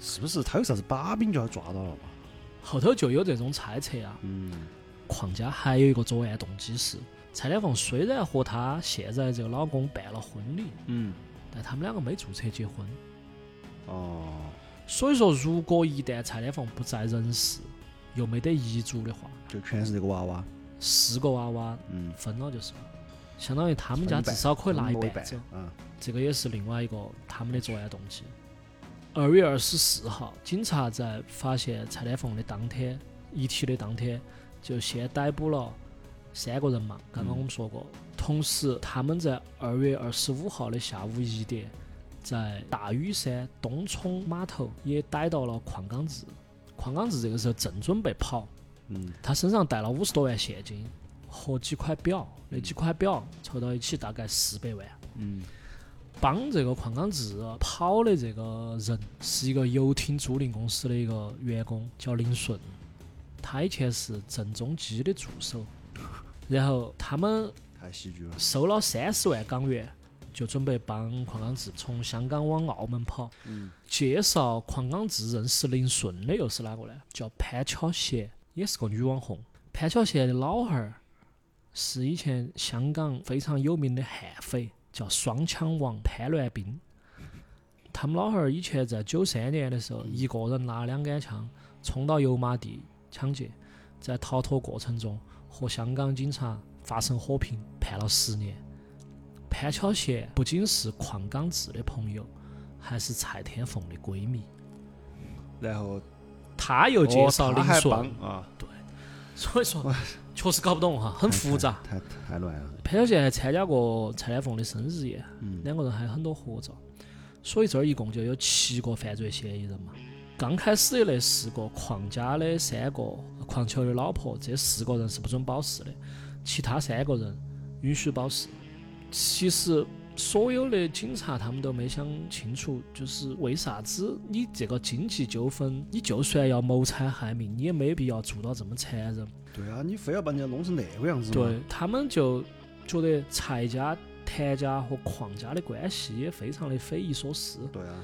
Speaker 1: 是不是他有啥子把柄就要抓到了嘛？
Speaker 2: 后头就有这种猜测啊，
Speaker 1: 嗯，
Speaker 2: 邝家还有一个作案动机是，蔡天凤虽然和她现在这个老公办了婚礼，
Speaker 1: 嗯，
Speaker 2: 但他们两个没注册结婚。
Speaker 1: 哦，
Speaker 2: 所以说，如果一旦蔡天凤不在人世，又没得遗嘱的话，
Speaker 1: 就全是这个娃娃，
Speaker 2: 四个娃娃
Speaker 1: 嗯，
Speaker 2: 分了就是了，相当于他们家至少可以拿
Speaker 1: 一
Speaker 2: 一
Speaker 1: 半
Speaker 2: 半走。，
Speaker 1: 嗯，
Speaker 2: 这个也是另外一个他们的作案动机。二月二十四号，警察在发现蔡天凤的当天，遗体的当天，就先逮捕了三个人嘛。刚刚我们说过，同时他们在二月二十五号的下午一点，在大屿山东冲码头也逮到了邝刚志。邝刚志这个时候正准备跑，
Speaker 1: 嗯，
Speaker 2: 他身上带了五十多万现金和几块表，那几块表凑到一起大概四百万。
Speaker 1: 嗯，
Speaker 2: 帮这个邝刚志跑的这个人是一个游艇租赁公司的一个员工，叫林顺，他以前是郑中基的助手。然后他们
Speaker 1: 太喜剧了，
Speaker 2: 收了三十万港元，就准备帮邝刚志从香港往澳门跑。
Speaker 1: 嗯，
Speaker 2: 介绍邝刚志认识林顺的又是哪个呢？叫潘巧贤，也是个女网红。潘巧贤的老汉儿是以前香港非常有名的悍匪，叫双枪王潘銮斌。他们老汉儿以前在九三年的时
Speaker 1: 嗯
Speaker 2: 候，一个人拿两杆枪冲到油麻地抢劫，在逃脱过程中和香港警察发生火拼，判了十年。潘巧贤不仅是邝刚志的朋友，还是蔡天凤的闺蜜。
Speaker 1: 然后
Speaker 2: 她又介绍
Speaker 1: 哦他
Speaker 2: 林
Speaker 1: 还帮
Speaker 2: 顺，
Speaker 1: 啊，
Speaker 2: 所 以说确实搞不懂哈，很复杂。
Speaker 1: 太太乱了，
Speaker 2: 潘晓贤还参加过蔡天凤的生日宴，
Speaker 1: 嗯
Speaker 2: 两个人还有很多合照。所以这儿一共就有七个犯罪嫌疑人嘛。刚开始的那四个，邝家的三个，邝球的老婆，这四个人是不准保释的，其他三个人允许保释。其实所有的警察他们都没想清楚，就是为啥子你这个经济纠纷，你就算要谋财害命，你也没必要做到这么残忍。
Speaker 1: 对啊，你非要把人家弄成那个样子嘛，
Speaker 2: 对他们就觉得蔡家、谭家和邝家的关系也非常的匪夷所思。
Speaker 1: 对啊，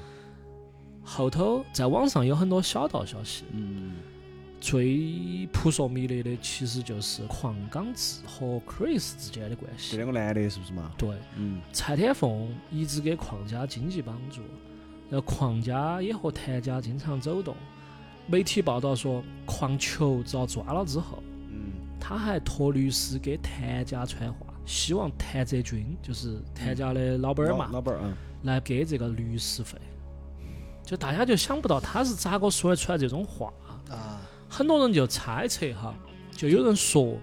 Speaker 2: 后头在网上有很多小道消息，
Speaker 1: 嗯，
Speaker 2: 最扑朔迷离的其实就是邝刚志和 Chris 之间的关
Speaker 1: 这
Speaker 2: 系。
Speaker 1: 两个男的是不是嘛？
Speaker 2: 对，
Speaker 1: 嗯，
Speaker 2: 蔡天凤一直给邝家经济帮助，然后邝家也和谭家经常走动。媒体报道说，邝球遭抓了之后，
Speaker 1: 嗯，
Speaker 2: 他还托律师给谭家传话，希望谭泽军，就是谭家的老板儿嗯嘛，
Speaker 1: 嗯老板儿啊，
Speaker 2: 来给这个律师费。就大家就想不到他是咋个说得出来这种话，
Speaker 1: 啊，
Speaker 2: 很多人就猜测哈，就有人说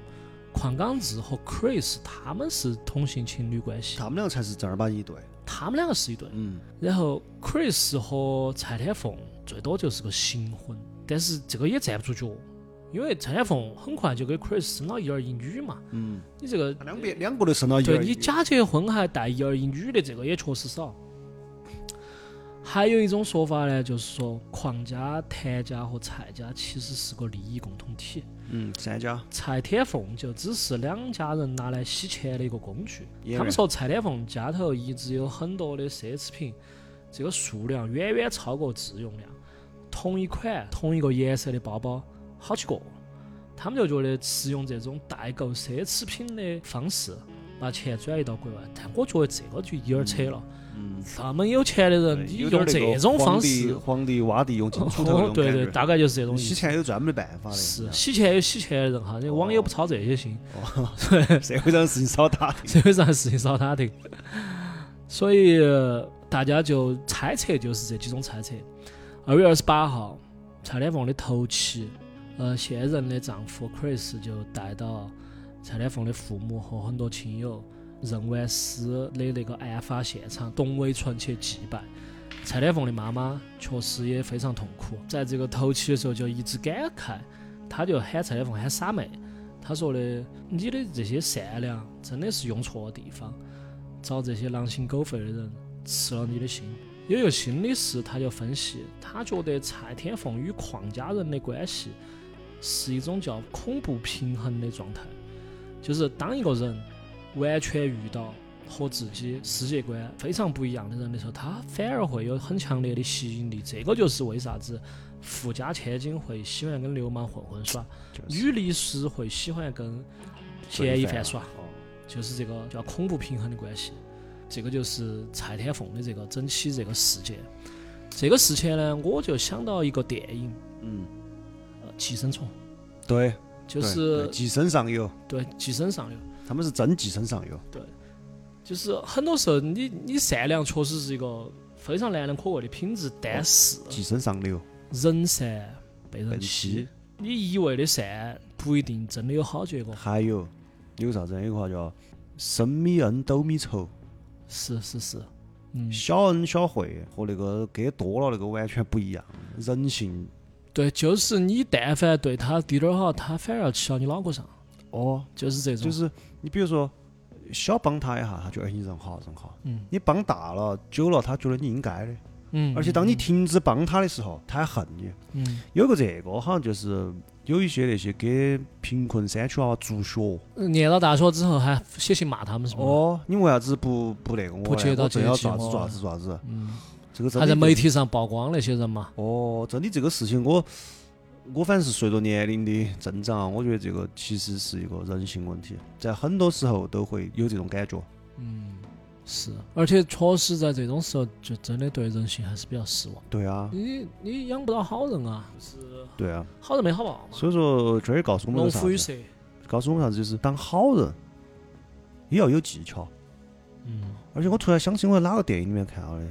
Speaker 2: 邝刚志和 Chris 他们是同性情侣关系，
Speaker 1: 他们两个才是正儿八经一对。
Speaker 2: 他们两个是一对。
Speaker 1: 嗯，
Speaker 2: 然后 Chris 和蔡天凤最多就是个形婚，但是这个也站不住脚，因为蔡天凤很快就给 Chris 生了一儿一女嘛。
Speaker 1: 嗯，
Speaker 2: 你这个
Speaker 1: 两边两个都生到一
Speaker 2: 对
Speaker 1: 儿一
Speaker 2: 你假结婚还带一儿一女的，这个也确实少。还有一种说法呢，就是说邝家、谭家和蔡家其实是个利益共同体，
Speaker 1: 嗯，三家
Speaker 2: 蔡天凤就只是两家人拿来洗钱的一个工具。
Speaker 1: 演
Speaker 2: 他们
Speaker 1: 员
Speaker 2: 说蔡天凤家头一直有很多的奢侈品，这个数量远远超过自用量。同一款、同一个颜色的包包好几个，他们就觉得是用这种代购奢侈品的方式把钱转移到国外，但我觉得这个就有点扯了。
Speaker 1: 嗯，
Speaker 2: 那么有钱的人，
Speaker 1: 对
Speaker 2: 你
Speaker 1: 有
Speaker 2: 用
Speaker 1: 点那
Speaker 2: 这
Speaker 1: 个
Speaker 2: 种方
Speaker 1: 皇帝
Speaker 2: 式，
Speaker 1: 皇帝挖地用金锄头
Speaker 2: 哦
Speaker 1: 那种
Speaker 2: 对
Speaker 1: 感
Speaker 2: 对，
Speaker 1: 觉。
Speaker 2: 大概就是这种意
Speaker 1: 洗
Speaker 2: 思。
Speaker 1: 钱有专门的办法的，
Speaker 2: 是洗钱有洗钱的人哈，那
Speaker 1: 哦
Speaker 2: 网友不操这些心。
Speaker 1: 哦， 社会上事情少打听。
Speaker 2: 社会上的事情少打听。所以呃大家就猜测，就是这几种猜测。二月二十八号，蔡天凤的头七，呃，现任的丈夫 Chris 就带到蔡天凤的父母和很多亲友认完尸的那个案发现场董伟村去祭拜。蔡天凤的妈妈确实也非常痛苦，在这个头七的时候就一直感慨，她就喊蔡天凤喊傻妹，她说的你的这些善良真的是用错地方，找这些狼心狗肺的人吃了你的心。有一个心理师他就分析，他觉得蔡天凤与邝家人的关系是一种叫恐怖平衡的状态，就是当一个人完全遇到和自己世界观非常不一样的人的时候，他反而会有很强烈的吸引力。这个就是为啥子富家千金会喜欢跟流氓混混耍，
Speaker 1: 就是
Speaker 2: 女律师会喜欢跟嫌疑犯耍，就是这个叫恐怖平衡的关系。这个就是蔡天凤的这个整起这个事件。这个事情呢，我就想到一个电影
Speaker 1: 嗯，
Speaker 2: 《呃寄生虫》，
Speaker 1: 对，
Speaker 2: 就
Speaker 1: 对
Speaker 2: 是
Speaker 1: 对寄生上游，
Speaker 2: 对寄生上流，
Speaker 1: 他们是真寄生上游。
Speaker 2: 就是很多时候你你善良确实是一个非常难能可贵的品质，但是
Speaker 1: 寄生上流，
Speaker 2: 人善被人
Speaker 1: 本
Speaker 2: 欺
Speaker 1: 期，
Speaker 2: 你一味的善不一定真的有好结果。
Speaker 1: 还有有啥子？有句话叫“生米恩，斗米仇
Speaker 2: 是是是，”，嗯，
Speaker 1: 小恩小惠和那个给多了那个完全不一样，人性
Speaker 2: 对，就是你但凡对他滴点儿好，他反而要骑到你脑壳上，
Speaker 1: 哦，
Speaker 2: 就是这种。
Speaker 1: 就是你比如说小帮他一下，他觉得哎你人好人好。
Speaker 2: 嗯
Speaker 1: 你帮大了，久了，他觉得你应该的。
Speaker 2: 嗯，
Speaker 1: 而且当你停止帮他的时候，他还恨你。
Speaker 2: 嗯
Speaker 1: 有个这个，好像就是有一些那些给贫困山区娃娃助学。
Speaker 2: 嗯念到大学之后还写信骂他们是吗？，
Speaker 1: 哦，你为啥子不不那个我呢？
Speaker 2: 不接到
Speaker 1: 我真要
Speaker 2: 接
Speaker 1: 爪
Speaker 2: 近
Speaker 1: 子
Speaker 2: 我
Speaker 1: 爪子爪子？
Speaker 2: 嗯，
Speaker 1: 这个真
Speaker 2: 还在
Speaker 1: 的
Speaker 2: 媒体上曝光那些人嘛。
Speaker 1: 哦，真的这个事情我。我反正是随着年龄的增长，我觉得这个其实是一个人性问题，在很多时候都会有这种感觉。
Speaker 2: 嗯，是，而且确实在这种时候，就真的对人性还是比较失望。
Speaker 1: 对啊，
Speaker 2: 你你养不到好人啊，就是
Speaker 1: 对啊，
Speaker 2: 好人没好报嘛。
Speaker 1: 所以说这儿告诉我们
Speaker 2: 嗯农
Speaker 1: 个啥
Speaker 2: 夫与
Speaker 1: 子？
Speaker 2: 蛇，
Speaker 1: 告诉我们啥子？就是当好人也要有技巧。
Speaker 2: 嗯
Speaker 1: 而且我突然想起我在哪个电影里面看到的，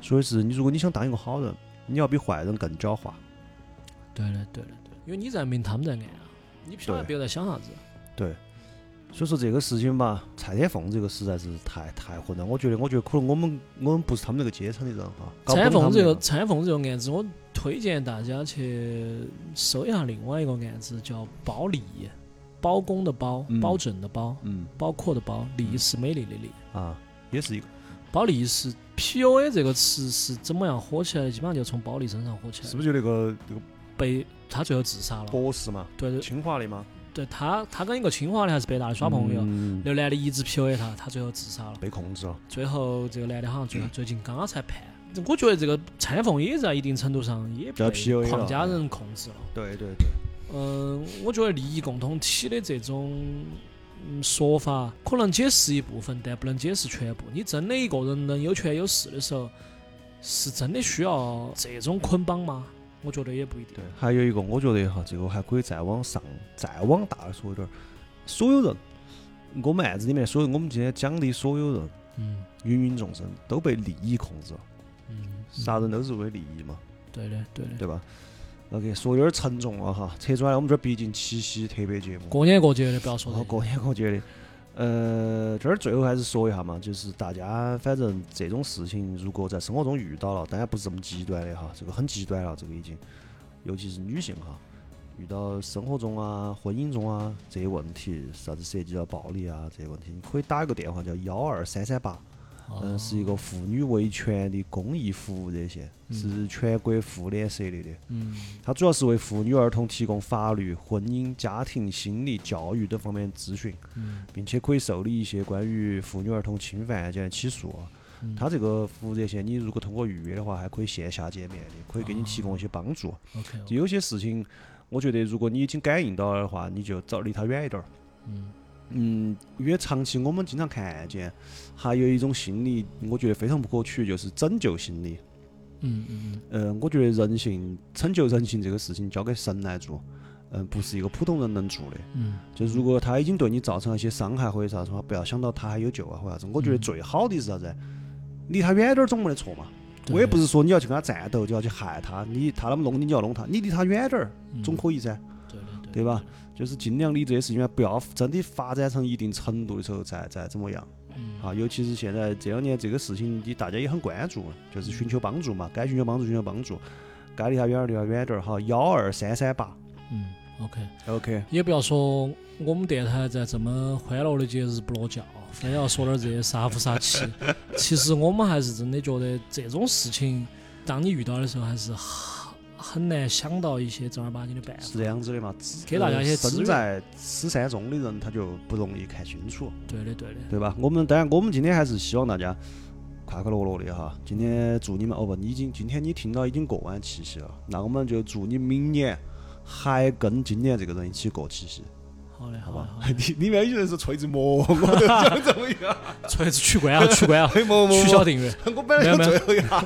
Speaker 1: 说的是你如果你想当一个好人，你要比坏人更狡猾。
Speaker 2: 对的对的对的，因为你在明，他们在暗啊，你千万
Speaker 1: 对
Speaker 2: 别在想啥子。
Speaker 1: 所以说这个事情吧，蔡天凤这个实在是太太混了。我觉得，我觉得可能我们我们不是他们那个阶层的人哈。搞不
Speaker 2: 蔡
Speaker 1: 懂他
Speaker 2: 凤
Speaker 1: 们
Speaker 2: 这
Speaker 1: 那
Speaker 2: 个蔡凤这个案子，我推荐大家去搜一下另外一个案子，叫包丽，包公的包，
Speaker 1: 嗯
Speaker 2: 包拯的包，
Speaker 1: 嗯
Speaker 2: 包括的包，丽是美丽的丽。
Speaker 1: 啊，也是一个
Speaker 2: 包丽是 PUA 这个词是怎么样火起来的？基本上就从包丽身上火起
Speaker 1: 是
Speaker 2: 来
Speaker 1: 哦
Speaker 2: 的，
Speaker 1: 不是就那个那个
Speaker 2: 被他最后自杀了。
Speaker 1: 博士嘛，
Speaker 2: 对对
Speaker 1: 清华的嘛，
Speaker 2: 对，他他跟一个清华的还是北大的耍朋友，
Speaker 1: 嗯
Speaker 2: 那个男的一直 PUA 他，他最后自杀了。
Speaker 1: 被控制了。
Speaker 2: 最后这个男的好像最
Speaker 1: 嗯
Speaker 2: 最近刚刚才判。我觉得这个蔡天凤也在一定程度上也
Speaker 1: 在
Speaker 2: 被
Speaker 1: PUA 了
Speaker 2: 邝家人控制了。
Speaker 1: 对对对，
Speaker 2: 嗯，我觉得利益共同体的这种嗯说法，可能解释一部分，但不能解释全部。你真的一个人能有权有势的时候，是真的需要这种捆绑吗？我觉得也不一定。
Speaker 1: 对，还有一个，我觉得哈，这个还可以再往上，再往大了说一点儿，所有人我们案子里面所有，我们今天讲的所有人，
Speaker 2: 嗯
Speaker 1: 芸芸众生都被利益控制了，
Speaker 2: 嗯，
Speaker 1: 啥人都是为利益嘛，
Speaker 2: 对的对的。
Speaker 1: 对吧？OK，说有点沉重了哈，扯出来了我们这儿毕竟七夕特别节目，
Speaker 2: 哦过年过节的不要说
Speaker 1: 然
Speaker 2: 这
Speaker 1: 后
Speaker 2: 个。
Speaker 1: 过年过节的。呃，这儿最后还是说一下嘛，就是大家反正这种事情，如果在生活中遇到了，当然不是这么极端的哈，这个很极端了，这个已经，尤其是女性哈，遇到生活中啊、婚姻中啊这些问题，啥子涉及到暴力啊这些问题，你可以打一个电话叫幺二三三八，
Speaker 2: 呃
Speaker 1: 嗯，是
Speaker 2: 哦
Speaker 1: 一个妇女维权的公益服务热线，是全国妇联设立的。
Speaker 2: 嗯
Speaker 1: 它主要是为妇女儿童提供法律、婚姻、家庭、心理、教育等方面咨询，
Speaker 2: 嗯
Speaker 1: 并且可以受理一些关于妇女儿童侵犯案件的起诉。
Speaker 2: 嗯
Speaker 1: 它这个服务热线，你如果通过预约的话，还可以线下见面的，可以给你提供一些帮助。
Speaker 2: ，OK，
Speaker 1: 就有些事情，我觉得如果你已经感应到了的话，你就找离它远一点儿。
Speaker 2: 嗯
Speaker 1: 嗯，因为长期我们经常看见，还有一种心理，我觉得非常不可取，就是拯救心理。
Speaker 2: 嗯嗯
Speaker 1: 嗯，我觉得人性成就人性这个事情交给神来做，嗯，不是一个普通人能做的。
Speaker 2: 嗯
Speaker 1: 就如果他已经对你造成了一些伤害或者啥子话，不要想到他还有救啊或者啥子。我觉得
Speaker 2: 嗯
Speaker 1: 最好的是啥子？啊离他远点儿总没得错嘛。
Speaker 2: 嗯，
Speaker 1: 我也不是说你要去跟他战斗，就要去害他，你他那么弄你，你要弄他，你离他远点儿总可以噻。
Speaker 2: 嗯对的对
Speaker 1: 对吧？就是尽量离这些事情不要真的发展成一定程度的时候再再怎么样
Speaker 2: 嗯
Speaker 1: 啊。尤其是现在这两年这个事情，你大家也很关注，就是寻求帮助嘛，该寻求帮助寻求帮助，该离他远点儿离他远点儿哈。幺二三三八
Speaker 2: 嗯，OK，
Speaker 1: ，OK，
Speaker 2: 也不要说我们电台在这么欢乐的节日不落脚，非要说点这些杀不杀 气。其实我们还是真的觉得这种事情，当你遇到的时候，还是很很难想到一些正儿八经的办
Speaker 1: 是
Speaker 2: 法。
Speaker 1: 这样子的嘛。只
Speaker 2: 给大家一些资
Speaker 1: 身
Speaker 2: 源
Speaker 1: 在此山中的人，他就不容易看清楚。
Speaker 2: 对的对的，
Speaker 1: 对吧？我们当然，我们今天还是希望大家快快乐乐的哈。今天祝你们哦不，你已经今天你听到已经过完七夕了，那我们就祝你明年还跟今年这个人一起过七夕，
Speaker 2: 好嘞
Speaker 1: 好
Speaker 2: 好嘞
Speaker 1: 吧
Speaker 2: 好？
Speaker 1: 你你们有些人是锤子魔，我都想这么一个，
Speaker 2: 嘞，锤子取 关了取关了，
Speaker 1: 锤魔魔
Speaker 2: 啊取消，订阅。
Speaker 1: 我本来想最后一下。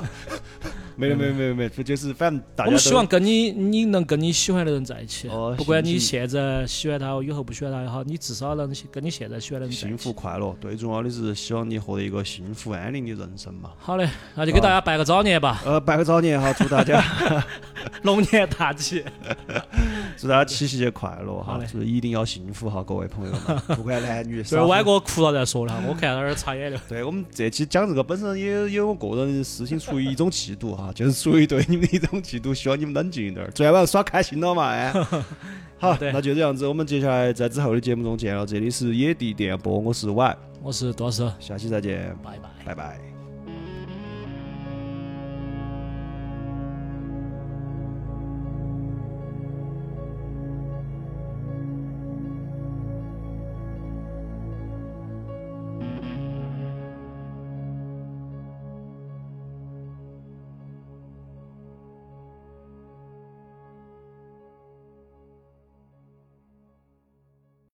Speaker 1: 没有没有没有没有，就是反正大家
Speaker 2: 我们
Speaker 1: 都
Speaker 2: 希望跟你，你能跟你喜欢的人在一起，
Speaker 1: 哦
Speaker 2: 不管
Speaker 1: 行
Speaker 2: 你
Speaker 1: 行
Speaker 2: 现在喜欢他，以后不喜欢他也好，你至少能跟你现在喜欢的人在一
Speaker 1: 幸福
Speaker 2: 起。
Speaker 1: 快乐，最重要的是希望你获得一个幸福安宁的人生嘛。
Speaker 2: 好嘞，那就给大家拜个早年吧，
Speaker 1: 呃，拜个早年哈，祝大家。
Speaker 2: 龙年大吉。
Speaker 1: 祝大家七夕节快乐
Speaker 2: 好
Speaker 1: 哈！
Speaker 2: 嘞
Speaker 1: 祝一定要幸福哈，各位朋友们，不管男女。
Speaker 2: 这歪哥哭了再说了，我看他有点擦眼泪。
Speaker 1: 对我们这期讲这个本身也有有我个人的事情，出于一种嫉妒哈，就是出于对你们的一种嫉妒，希望你们冷静一点儿。昨天晚上耍开心了嘛？哎，好，
Speaker 2: 对
Speaker 1: 那就这样子，我们接下来在之后的节目中见了。这里是野地电波，我是 Y，
Speaker 2: 我是多士，
Speaker 1: 下期再见，
Speaker 2: 拜拜。
Speaker 1: 拜拜。